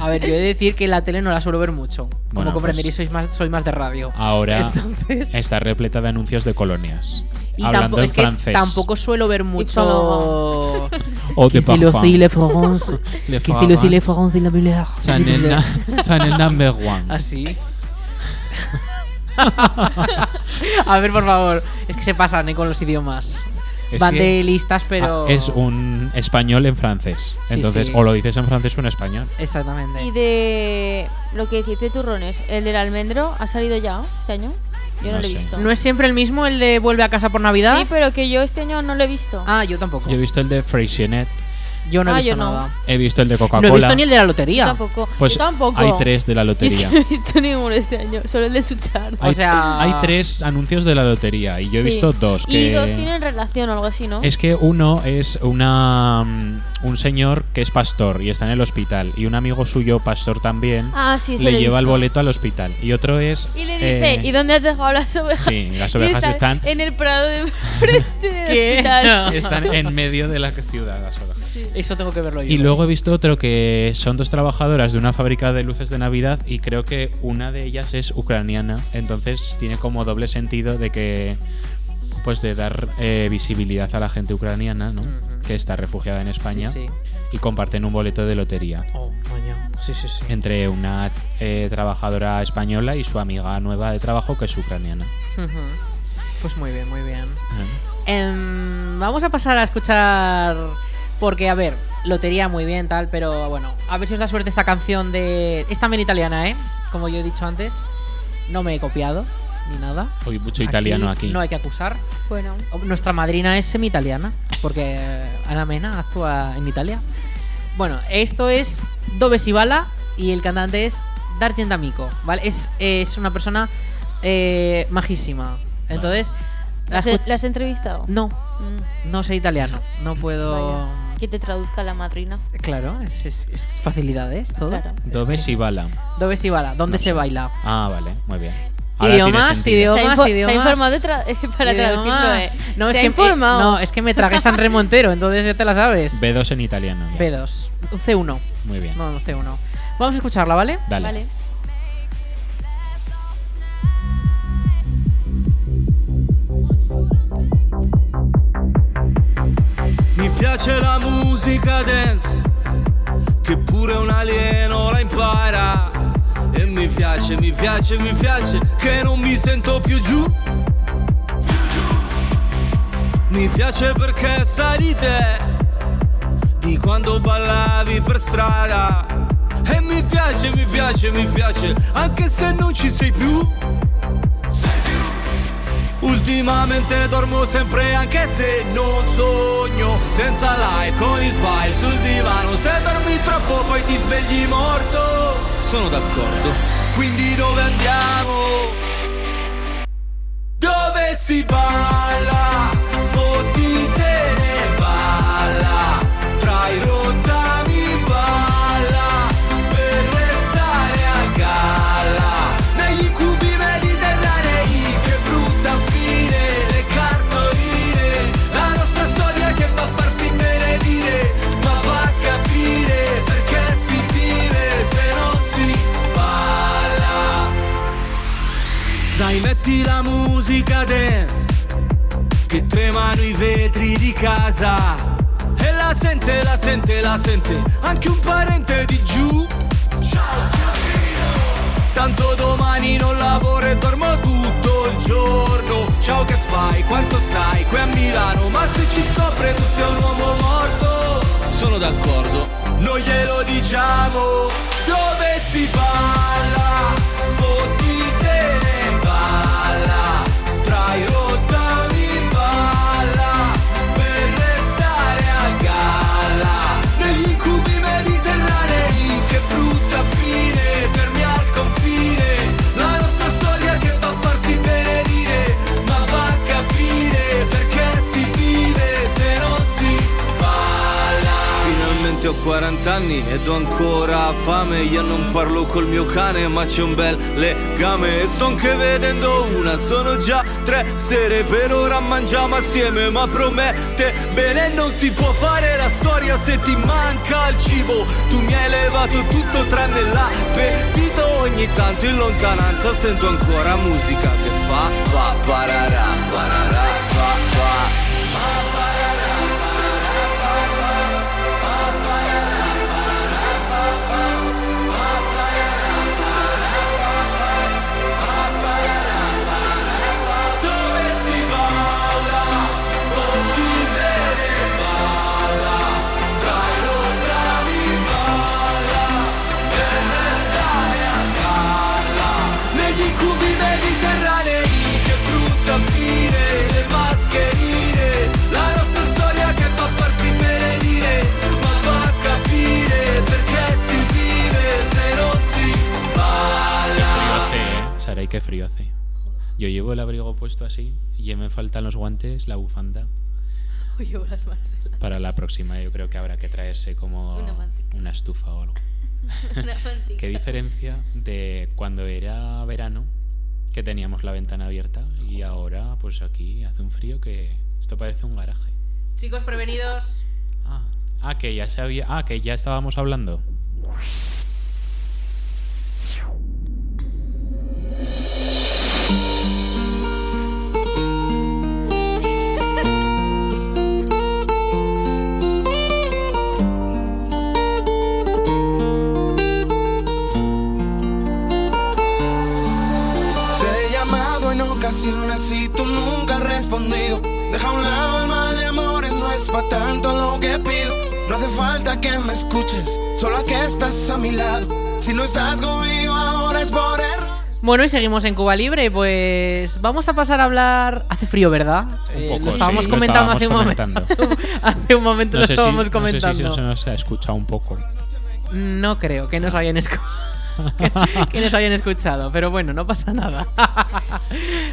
Speaker 2: A ver, yo he de decir que la tele no la suelo ver mucho.
Speaker 4: Bueno,
Speaker 2: Como comprenderéis,
Speaker 4: pues-
Speaker 2: sois más, soy más de radio.
Speaker 4: Ahora
Speaker 2: *laughs* Entonces-
Speaker 4: está repleta de anuncios de colonias.
Speaker 2: Y
Speaker 4: hablando
Speaker 2: tampoco,
Speaker 4: en
Speaker 2: es que
Speaker 4: francés.
Speaker 2: tampoco suelo ver mucho. *laughs*
Speaker 4: O de parfum.
Speaker 2: France.
Speaker 4: *laughs* Le France.
Speaker 2: France, la Miller.
Speaker 4: Chanel, *laughs* na- Chanel number one.
Speaker 2: Así. *laughs* A ver, por favor. Es que se pasan eh, con los idiomas.
Speaker 4: Es
Speaker 2: Van
Speaker 4: que-
Speaker 2: de listas, pero.
Speaker 4: Ah, es un español en francés.
Speaker 2: Sí,
Speaker 4: Entonces,
Speaker 2: sí.
Speaker 4: o lo dices en francés o en español.
Speaker 2: Exactamente.
Speaker 3: Y de lo que decís de turrones, el del almendro ha salido ya este año. Yo no,
Speaker 4: No
Speaker 3: lo he
Speaker 4: sé.
Speaker 3: visto.
Speaker 2: ¿No es siempre el mismo el de vuelve a casa por Navidad?
Speaker 3: Sí, pero que yo este año no lo he visto.
Speaker 2: Ah, yo tampoco.
Speaker 4: Yo he
Speaker 2: Yo,
Speaker 4: visto el de Freixenet,
Speaker 2: no he
Speaker 3: Ah,
Speaker 2: visto
Speaker 3: yo no.
Speaker 2: nada.
Speaker 4: he visto el de
Speaker 2: No
Speaker 4: Coca-Cola.
Speaker 2: he visto ni el de la
Speaker 3: yo
Speaker 2: lotería.
Speaker 3: tampoco.
Speaker 4: Pues
Speaker 3: yo tampoco.
Speaker 4: hay tres de la
Speaker 3: Yo es
Speaker 4: lotería.
Speaker 3: que no he visto ninguno este año, solo el de Suchar.
Speaker 2: O
Speaker 4: Hay-
Speaker 2: sea-
Speaker 4: hay tres anuncios de la lotería y yo he
Speaker 3: Sí.
Speaker 4: visto dos.
Speaker 3: Y
Speaker 4: que-
Speaker 3: dos tienen relación o algo así, ¿no?
Speaker 4: Es que uno es una mm, un señor que es pastor y está en el hospital y un amigo suyo pastor también
Speaker 3: Ah, sí, sí.
Speaker 4: le
Speaker 3: lo he
Speaker 4: lleva el
Speaker 3: visto.
Speaker 4: boleto al hospital y otro es
Speaker 3: Y le dice,
Speaker 4: eh,
Speaker 3: ¿y dónde has dejado las ovejas?
Speaker 4: sí, las
Speaker 3: Y
Speaker 4: ovejas están-
Speaker 3: En el prado de frente del
Speaker 2: ¿Qué?
Speaker 4: *laughs*
Speaker 3: hospital.
Speaker 4: están en medio de la ciudad las ovejas.
Speaker 2: Eso tengo que verlo yo.
Speaker 4: Y luego he visto otro que son dos trabajadoras de una fábrica de luces de Navidad y creo que una de ellas es ucraniana, entonces tiene como doble sentido de que pues de dar eh, visibilidad a la gente ucraniana, ¿no?
Speaker 2: Ujú.
Speaker 4: Que está refugiada en España
Speaker 2: Sí, sí.
Speaker 4: y comparten un boleto de lotería.
Speaker 2: Oh, coño. Sí, sí, sí.
Speaker 4: entre una eh, trabajadora española y su amiga nueva de trabajo que es ucraniana.
Speaker 2: Ujú. Pues muy bien, muy bien.
Speaker 4: Ah.
Speaker 2: Em, vamos a pasar a escuchar. Porque, a ver, lotería muy bien, tal, pero bueno, a ver si os da suerte esta canción de. Es también italiana, ¿eh? Como yo he dicho antes, no me he copiado ni nada.
Speaker 4: Uy, mucho italiano aquí.
Speaker 2: No hay que acusar.
Speaker 3: Bueno,
Speaker 2: Nuestra madrina es semi-italiana, porque Ana Mena actúa en Italia. Bueno, esto es Dove si Bala y el cantante es Dargen D'Amico, ¿vale? Es, es una persona eh, majísima. Entonces, la
Speaker 3: ¿las,
Speaker 2: escu-
Speaker 3: las has entrevistado?
Speaker 2: no,
Speaker 3: Mm,
Speaker 2: no sé italiano, no puedo...
Speaker 3: vaya. Que te traduzca la madrina. *laughs*
Speaker 2: Claro, es, es- es facilidades todo.
Speaker 3: Claro.
Speaker 4: Dove si bala.
Speaker 2: Dove si Bala, ¿dónde se baila?
Speaker 4: Ah, vale, muy bien.
Speaker 2: Idiomas,
Speaker 4: tiene sentido.
Speaker 3: Se ha,
Speaker 2: Idiomas,
Speaker 3: info- se ha
Speaker 2: idiomas.
Speaker 3: informado tra- *laughs* para traducirlo,
Speaker 2: Idiomas.
Speaker 3: eh.
Speaker 2: No,
Speaker 3: se
Speaker 2: es
Speaker 3: ha
Speaker 2: que, eh,
Speaker 3: informado.
Speaker 2: no, es que me tragué San Remo entero, entonces ya te la sabes.
Speaker 4: B2 en italiano. ya.
Speaker 2: B2, un C1.
Speaker 4: Muy bien.
Speaker 2: No, no sé uno. Vamos a escucharla, ¿vale?
Speaker 4: Dale.
Speaker 3: Vale.
Speaker 5: Mi piace la musica dance, che pure un alieno la impara. E mi piace, mi piace, mi piace, che non mi sento più giù. Mi piace perché sai di te, di quando ballavi per strada. E mi piace, mi piace, mi piace, anche se non ci sei più. Ultimamente dormo sempre anche se non sogno Senza like con il file sul divano Se dormi troppo poi ti svegli morto Sono d'accordo Quindi dove andiamo? Dove si balla, fottitene balla, tra i rottami balla, per restare a galla, negli incubi mediterranei, che brutta fine, le cartoline, la nostra storia che va a farsi benedire, ma va a capire perché si vive se non si balla. Dai metti la musica dance Che tremano i vetri di casa E la sente, la sente, la sente Anche un parente di giù Tanto domani non lavoro e dormo tutto il giorno Ciao che fai, quanto stai qui a Milano Ma se ci scopre tu sei un uomo morto Sono d'accordo, non glielo diciamo
Speaker 12: 40 anni ed ho ancora fame Io non parlo col mio cane ma c'è un bel legame E sto anche vedendo una, sono già tre sere Per ora mangiamo assieme ma promette bene Non si può fare la storia se ti manca il cibo Tu mi hai levato tutto tranne l'appetito Ogni tanto in lontananza sento ancora musica che fa pa pararà pararà pa pa
Speaker 5: Dove si balla, fondite ne balla, tra i lontani balla, per restare a galla, negli cubi mediterranei, che brutta fine, le mascherine, la nostra storia che va a farsi benedire, ma va a capire perché si vive se non si balla.
Speaker 4: hace, ¿eh? Saray, qué frío hace. Yo llevo el abrigo puesto así y ya me faltan los guantes, la bufanda.
Speaker 3: Oye, las manos en la-
Speaker 4: Para la próxima yo creo que habrá que traerse como
Speaker 3: Una manteca.
Speaker 4: una estufa o algo.
Speaker 3: Una manteca.
Speaker 4: Qué diferencia de cuando era verano, que teníamos la ventana abierta y ahora pues aquí hace un frío que esto parece un garaje.
Speaker 2: Chicos prevenidos.
Speaker 4: Ah, que ya se había- ah, que ya estábamos hablando.
Speaker 13: Te he llamado en ocasiones y tú nunca has respondido. Deja a un lado el mal de amores, no es pa' tanto lo que pido. No hace falta que me escuches, solo que estás a mi lado. Si no estás conmigo ahora es por error.
Speaker 2: Bueno, y seguimos en Cuba Libre, pues vamos a pasar a hablar... Hace frío, ¿verdad? Eh,
Speaker 4: poco,
Speaker 2: lo estábamos
Speaker 4: sí, lo
Speaker 2: comentando
Speaker 4: estábamos
Speaker 2: hace un momento. *laughs* hace un momento
Speaker 4: sé
Speaker 2: lo
Speaker 4: si-
Speaker 2: estábamos
Speaker 4: No sé si
Speaker 2: comentando.
Speaker 4: se nos ha escuchado un poco.
Speaker 2: No creo que nos hayan escu- *laughs* que nos hayan escuchado, pero bueno, no pasa nada.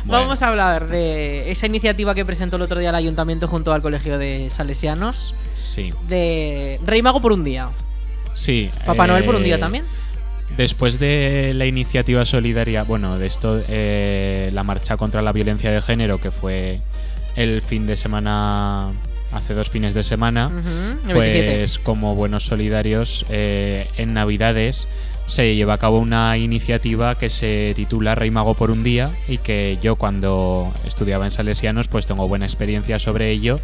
Speaker 2: Vamos a hablar de esa iniciativa que presentó el otro día el ayuntamiento junto al Colegio de Salesianos
Speaker 4: Sí.
Speaker 2: de Rey Mago por un día.
Speaker 4: Sí. eh,
Speaker 2: Papá Noel por un día también.
Speaker 4: Después de la iniciativa solidaria, bueno, de esto, eh, la marcha contra la violencia de género, que fue el fin de semana, hace dos fines de semana,
Speaker 2: Ujú, el 27.
Speaker 4: pues como buenos solidarios, eh, en Navidades se lleva a cabo una iniciativa que se titula Rey Mago por un día y que yo cuando estudiaba en Salesianos pues tengo buena experiencia sobre ello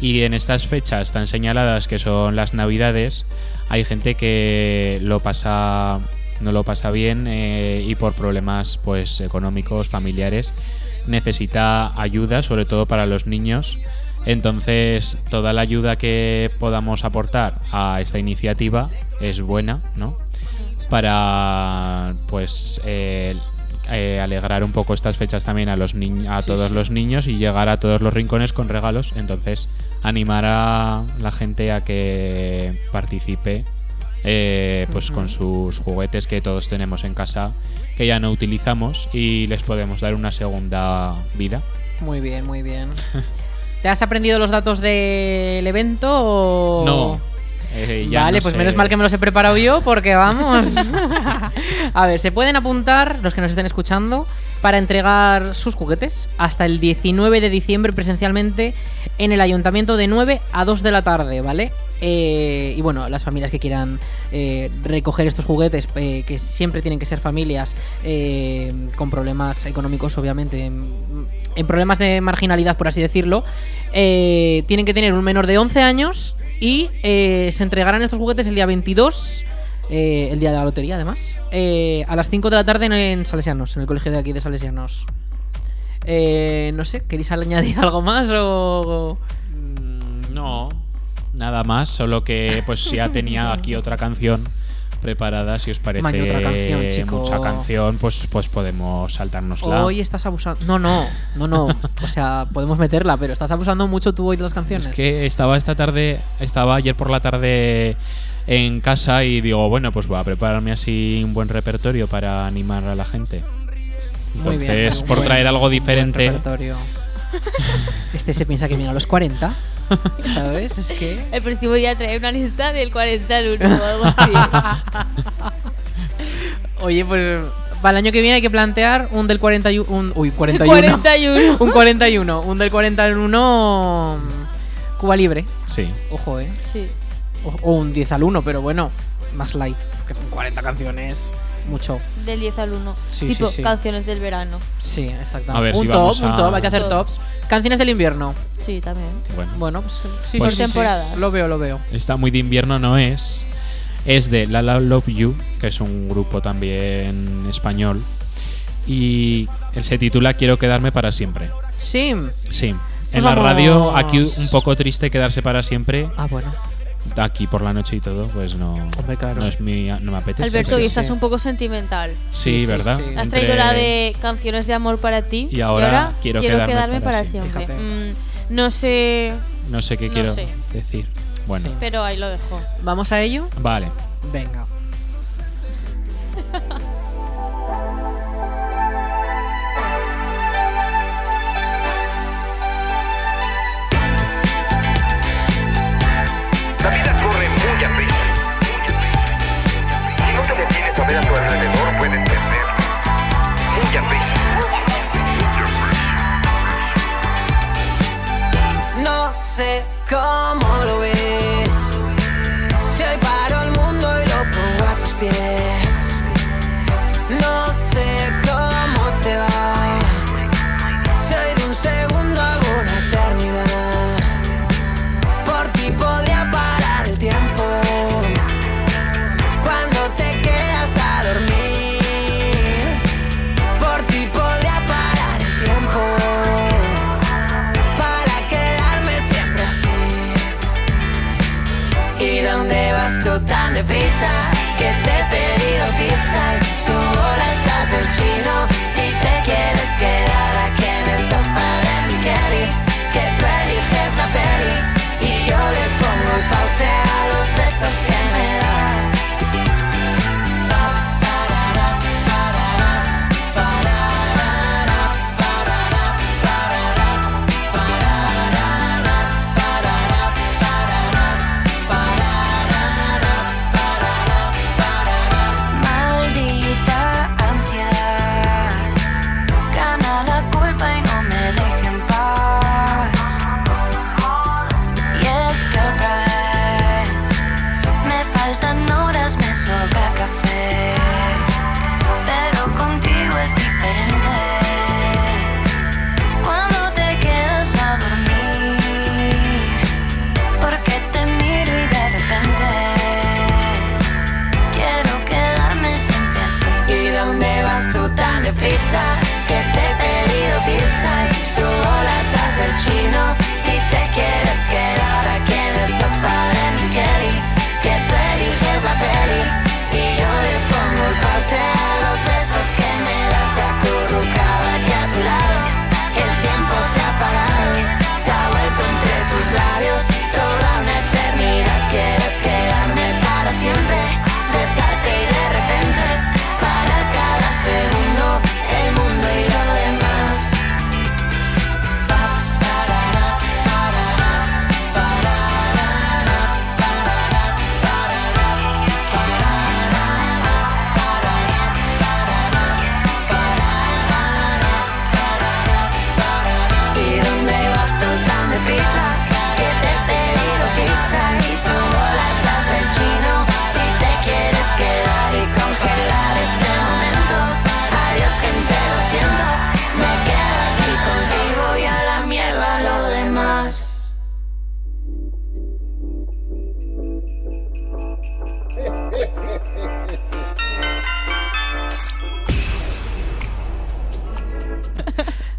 Speaker 4: y en estas fechas tan señaladas que son las navidades, hay gente que lo pasa. no lo pasa bien eh, y por problemas pues económicos, familiares, necesita ayuda, sobre todo para los niños. Entonces, toda la ayuda que podamos aportar a esta iniciativa es buena, ¿no? Para pues eh, eh, alegrar un poco estas fechas también a los ni- a
Speaker 14: Sí,
Speaker 4: todos
Speaker 14: sí.
Speaker 4: los niños y llegar a todos los rincones con regalos. Entonces, animar a la gente a que participe eh, pues con sus juguetes que todos tenemos en casa que ya no utilizamos y les podemos dar una segunda vida.
Speaker 2: Muy bien, muy bien. ¿Te has aprendido los datos del evento o-
Speaker 4: No. eh, ya
Speaker 2: vale,
Speaker 4: no
Speaker 2: pues
Speaker 4: sé.
Speaker 2: menos mal que me los he preparado yo porque vamos. *laughs* a ver, se pueden apuntar los que nos estén escuchando para entregar sus juguetes hasta el 19 de diciembre presencialmente en el ayuntamiento de 9 a 2 de la tarde, ¿vale? Eh, y bueno, las familias que quieran eh, recoger estos juguetes, eh, que siempre tienen que ser familias eh, con problemas económicos, obviamente, en, en problemas de marginalidad, por así decirlo, eh, tienen que tener un menor de 11 años y eh, se entregarán estos juguetes el día 22, eh, el día de la lotería además, eh, a las 5 de la tarde en, en Salesianos, en el colegio de aquí de Salesianos. Eh, no sé, ¿queréis añadir *laughs* algo más o...?
Speaker 4: No. Nada más, solo que pues ya tenía aquí otra canción preparada, si os parece
Speaker 2: Maño, otra canción, chico.
Speaker 4: mucha canción, pues, pues podemos saltárnosla.
Speaker 2: Hoy estás abusando... No, no, no, no. O sea, podemos meterla, pero estás abusando mucho tú hoy de las canciones.
Speaker 4: Es que estaba esta tarde, estaba ayer por la tarde en casa y digo, bueno, pues voy a prepararme así un buen repertorio para animar a la gente.
Speaker 2: Muy bien,
Speaker 4: Entonces,
Speaker 2: un
Speaker 4: por
Speaker 2: buen-
Speaker 4: traer algo
Speaker 2: un buen
Speaker 4: diferente,
Speaker 2: repertorio. *laughs* Este se piensa que viene a
Speaker 4: *laughs*
Speaker 2: los 40, ¿sabes? Es que...
Speaker 3: El próximo día trae una lista del 41 o algo
Speaker 2: *laughs*
Speaker 3: así.
Speaker 2: Oye, pues para el año que viene hay que plantear un del 41... Un, uy, 41.
Speaker 3: 41.
Speaker 2: un 41. Un del 41... mm, Cuba Libre.
Speaker 4: Sí.
Speaker 2: Ojo, ¿eh?
Speaker 3: Sí.
Speaker 2: O, o un 10 al 1, pero bueno, más light. Porque con 40 canciones, mucho.
Speaker 3: Del 10 al 1.
Speaker 2: Sí,
Speaker 3: tipo
Speaker 2: sí, sí.
Speaker 3: canciones del verano.
Speaker 2: Sí, exactamente.
Speaker 4: A ver
Speaker 2: un
Speaker 4: si
Speaker 2: top,
Speaker 4: vamos
Speaker 2: un
Speaker 4: a-
Speaker 2: top, hay que hacer
Speaker 3: Top.
Speaker 2: tops. Canciones del invierno.
Speaker 3: Sí, también.
Speaker 4: Bueno.
Speaker 2: Bueno, pues sí,
Speaker 4: Por
Speaker 2: sí, sí, sí.
Speaker 3: temporadas.
Speaker 2: Lo veo, lo veo.
Speaker 4: Está muy de invierno, no es. Es de La La Love You, que es un grupo también español. Y él se titula Quiero quedarme para siempre.
Speaker 2: Sí.
Speaker 4: Sí.
Speaker 2: Pues
Speaker 4: En la radio,
Speaker 2: vamos.
Speaker 4: aquí un poco triste quedarse para siempre.
Speaker 2: Ah, bueno.
Speaker 4: Aquí por la noche y todo, pues no, no es mi, no me apetece.
Speaker 3: Alberto,
Speaker 4: pero
Speaker 3: hoy
Speaker 4: sí.
Speaker 3: estás un poco sentimental.
Speaker 4: Sí,
Speaker 2: Sí, sí,
Speaker 4: ¿verdad?
Speaker 2: sí.
Speaker 3: Has
Speaker 4: Entre-
Speaker 3: traído la de canciones de amor para ti.
Speaker 4: Y ahora quiero quedarme para
Speaker 3: para,
Speaker 4: siempre.
Speaker 3: siempre. Mm, no sé,
Speaker 4: No sé qué
Speaker 3: No
Speaker 4: quiero
Speaker 3: sé.
Speaker 4: decir. Bueno,
Speaker 2: Sí.
Speaker 3: pero ahí lo dejo.
Speaker 2: ¿Vamos a ello?
Speaker 4: vale.
Speaker 2: Venga.
Speaker 14: La vida corre muy a prisa. Si no te detienes a ver a tu alrededor, puedes perder. Muy a prisa.
Speaker 15: No sé cómo lo ves. Si hoy paro el mundo y lo pongo a tus pies. No sé cómo te va. Si hoy de un segundo hago una eternidad. Por ti podría parar el tiempo. Cuando te quedas a dormir. Por ti podría parar el tiempo para quedarme siempre así. ¿Y dónde vas tú tan deprisa? Que te he pedido pizza y subo latas del chino. Si te quieres quedar aquí en el sofá de mi Kelly, que tú eliges la peli y yo le pongo pausa a los besos que me das.
Speaker 11: Maldita ansiedad, gana la culpa y no me deja en paz. Y es que otra vez me faltan horas, me sobra café, pero contigo es diferente. Cuando te quedas a dormir, porque te miro y de repente. Quiero quedarme siempre así.
Speaker 15: ¿Y dónde vas tú tan deprisa? Que te he pedido pizza y subo latas del chino. Si te quieres quedar aquí en el sofá de mi Kelly, que tú eliges la peli y yo le pongo el pause a los besos que me das y acurrucado aquí a tu lado. Que el tiempo se ha parado, y se ha vuelto entre tus labios toda una eternidad. Quiero quedarme para siempre, besarte y de repente parar cada segundo el mundo y lo demás.
Speaker 11: ¿Y dónde vas tú tan deprisa? Que te he pedido pizza y subo latas del chino. Si te quieres quedar y congelar este momento, adiós gente, lo siento. Me quedo aquí contigo y a la mierda lo demás.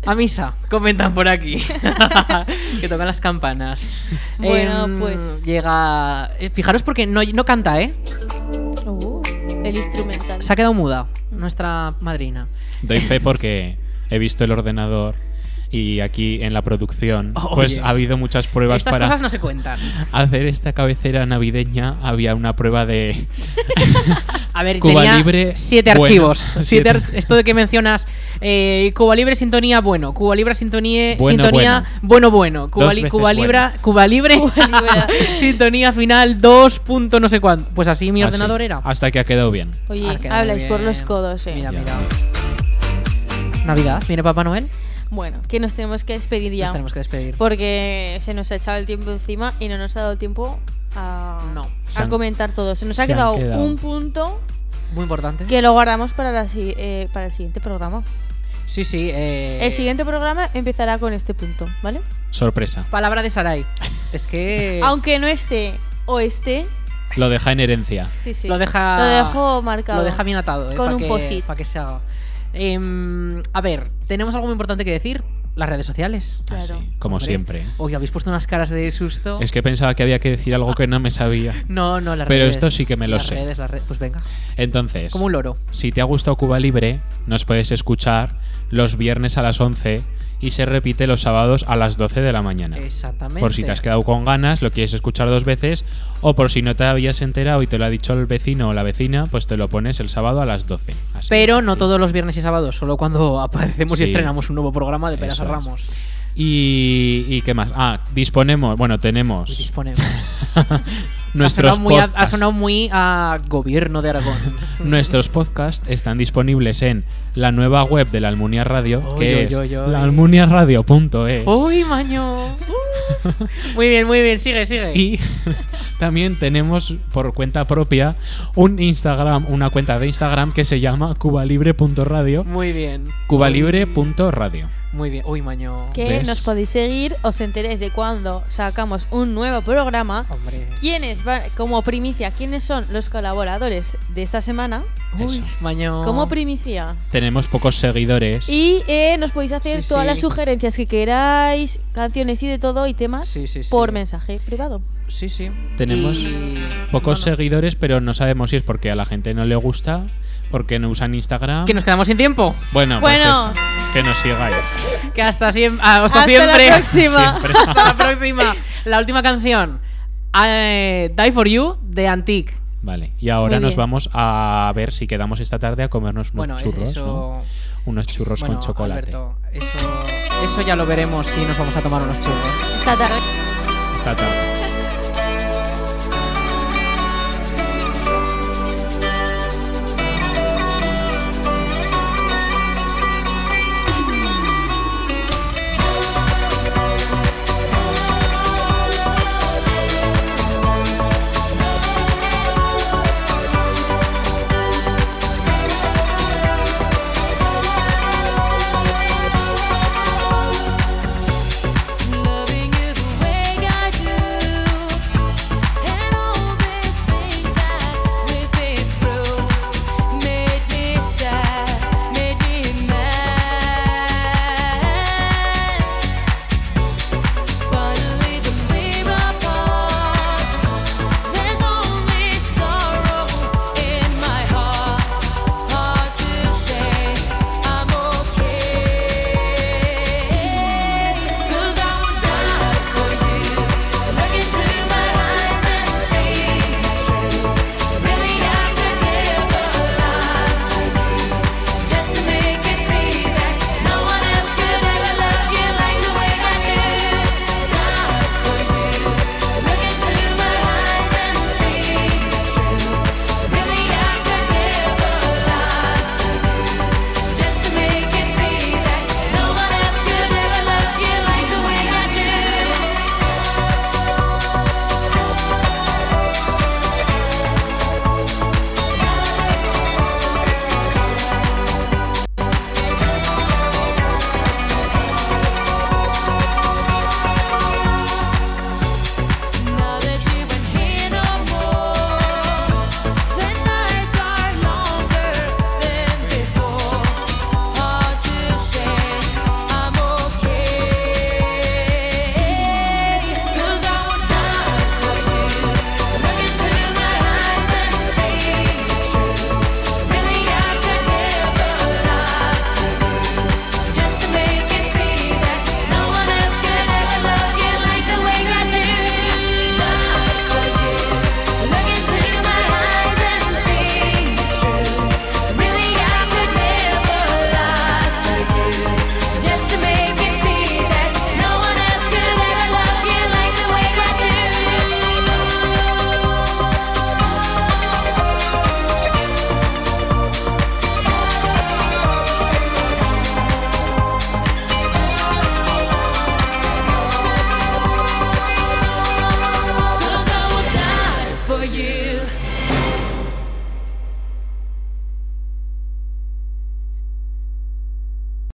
Speaker 2: A misa, comentan por aquí. *laughs* que tocan las campanas. Em,
Speaker 3: Bueno, pues.
Speaker 2: Llega. eh, Fijaros porque no, no canta, ¿eh?
Speaker 3: Uh, El instrumental.
Speaker 2: Se ha quedado muda, nuestra madrina.
Speaker 4: Doy fe porque he visto el ordenador y aquí en la producción,
Speaker 2: *laughs* Oye.
Speaker 4: pues ha habido muchas pruebas
Speaker 2: Estas
Speaker 4: para
Speaker 2: cosas no se cuentan.
Speaker 4: hacer esta cabecera navideña. Había una prueba de
Speaker 2: *laughs* A ver,
Speaker 4: Cuba
Speaker 2: tenía
Speaker 4: Libre,
Speaker 2: siete
Speaker 4: bueno, *laughs*
Speaker 2: archivos.
Speaker 4: siete.
Speaker 2: Siete ar- esto de que mencionas eh, Cuba Libre Sintonía bueno, Cuba Libre Sintonía
Speaker 4: Bueno,
Speaker 2: Sintonía bueno bueno, Cuba,
Speaker 4: Dos
Speaker 2: Li-
Speaker 4: veces
Speaker 2: Cuba
Speaker 4: bueno.
Speaker 2: Libra Cuba Libre *laughs* Sintonía final 2. punto no sé cuánto. Pues así mi
Speaker 4: Así,
Speaker 2: ordenador era.
Speaker 4: Hasta que ha quedado bien.
Speaker 3: Oye,
Speaker 2: Ah, queda muy
Speaker 3: habláis por
Speaker 2: bien.
Speaker 3: los codos, eh.
Speaker 2: Mira, mira. Navidad, viene Papá Noel.
Speaker 3: Bueno, que nos tenemos que despedir ya.
Speaker 2: Nos tenemos que despedir.
Speaker 3: Porque se nos ha echado el tiempo encima y no nos ha dado tiempo a,
Speaker 2: Se
Speaker 3: a
Speaker 2: han-
Speaker 3: comentar todo. Se nos ha
Speaker 2: se han
Speaker 3: quedado,
Speaker 2: quedado.
Speaker 3: un punto
Speaker 2: Muy importante.
Speaker 3: que lo guardamos para, la si- eh, para el siguiente programa.
Speaker 2: Sí, sí. eh,
Speaker 3: El siguiente programa empezará con este punto, ¿vale?
Speaker 4: Sorpresa.
Speaker 2: Palabra de Sarai. Es
Speaker 3: *laughs*
Speaker 2: que.
Speaker 3: Aunque no esté o esté,
Speaker 4: Lo deja en herencia.
Speaker 3: sí, sí.
Speaker 2: Lo deja.
Speaker 3: Lo dejo marcado.
Speaker 2: Lo deja bien atado, eh,
Speaker 3: Con
Speaker 2: pa'
Speaker 3: un
Speaker 2: que-
Speaker 3: post-it.
Speaker 2: pa' que se haga. Em, a ver, tenemos algo muy importante que decir. Las redes sociales. Ah,
Speaker 3: Claro.
Speaker 4: Como siempre.
Speaker 2: Hoy habéis puesto unas caras de susto.
Speaker 4: Es que pensaba que había que decir algo que no me sabía.
Speaker 2: No, no, las
Speaker 4: Pero
Speaker 2: redes.
Speaker 4: esto sí que me lo
Speaker 2: las
Speaker 4: sé.
Speaker 2: Redes, las redes, pues venga.
Speaker 4: Entonces,
Speaker 2: Como un loro.
Speaker 4: si te ha gustado Cuba Libre, nos puedes escuchar los viernes a las 11 y se repite los sábados a las 12 de la mañana.
Speaker 2: Exactamente.
Speaker 4: Por si te has quedado con ganas, lo quieres escuchar dos veces, o por si no te habías enterado y te lo ha dicho el vecino o la vecina, pues te lo pones el sábado a las 12. Así.
Speaker 2: Pero no todos los viernes y sábados, solo cuando *laughs* aparecemos
Speaker 4: Sí.
Speaker 2: y estrenamos un nuevo programa de Peras
Speaker 4: Eso es.
Speaker 2: Ramos.
Speaker 4: Y, y qué más? Ah, disponemos, bueno, tenemos.
Speaker 2: Disponemos. ha
Speaker 4: *laughs* nuestros
Speaker 2: sonado, muy a, ha
Speaker 4: podcasts.
Speaker 2: sonado muy a gobierno de Aragón.
Speaker 4: Nuestros podcasts están disponibles en la nueva web de la Almunia Radio,
Speaker 2: Oy,
Speaker 4: que
Speaker 2: oy,
Speaker 4: es
Speaker 2: oy, oy.
Speaker 4: laalmuniaradio.es.
Speaker 2: ¡Uy,
Speaker 4: *laughs*
Speaker 2: maño! Uh. Muy bien, muy bien, sigue, sigue.
Speaker 4: Y *laughs* también tenemos por cuenta propia un Instagram, una cuenta de Instagram que se llama cubalibre.radio.
Speaker 2: Muy bien.
Speaker 4: cubalibre.radio.
Speaker 2: Muy bien. Uy, maño.
Speaker 3: Que
Speaker 4: ¿Ves?
Speaker 3: nos podéis seguir, os enteréis de cuando sacamos un nuevo programa. ¿Quiénes van, como primicia, quiénes son los colaboradores de esta semana?
Speaker 2: Uy, maño.
Speaker 3: Como primicia.
Speaker 4: Tenemos pocos seguidores.
Speaker 3: Y eh, nos podéis hacer
Speaker 2: Sí,
Speaker 3: todas
Speaker 2: sí.
Speaker 3: las sugerencias que queráis, canciones y de todo, y temas
Speaker 2: Sí, sí, sí.
Speaker 3: por mensaje privado.
Speaker 2: Sí, sí.
Speaker 4: Tenemos pocos seguidores, pero no sabemos si es porque a la gente no le gusta, porque no usan Instagram.
Speaker 2: Que nos quedamos sin tiempo.
Speaker 4: Bueno, pues
Speaker 2: Bueno.
Speaker 4: eso. Que nos sigáis.
Speaker 2: Que hasta, siem- ah, hasta
Speaker 3: Hasta la
Speaker 2: siempre.
Speaker 3: próxima.
Speaker 4: Siempre. *laughs*
Speaker 2: hasta la próxima. La última canción. eh, Die for You de Antique.
Speaker 4: Vale, y ahora
Speaker 2: Muy
Speaker 4: nos
Speaker 2: bien.
Speaker 4: vamos a ver si quedamos esta tarde a comernos unos
Speaker 2: Bueno, es-
Speaker 4: churros,
Speaker 2: eso-
Speaker 4: ¿no? Unos churros
Speaker 2: Bueno,
Speaker 4: con chocolate.
Speaker 2: Alberto, eso, eso ya lo veremos si nos vamos a tomar unos churros.
Speaker 3: Esta tarde.
Speaker 4: Esta tarde.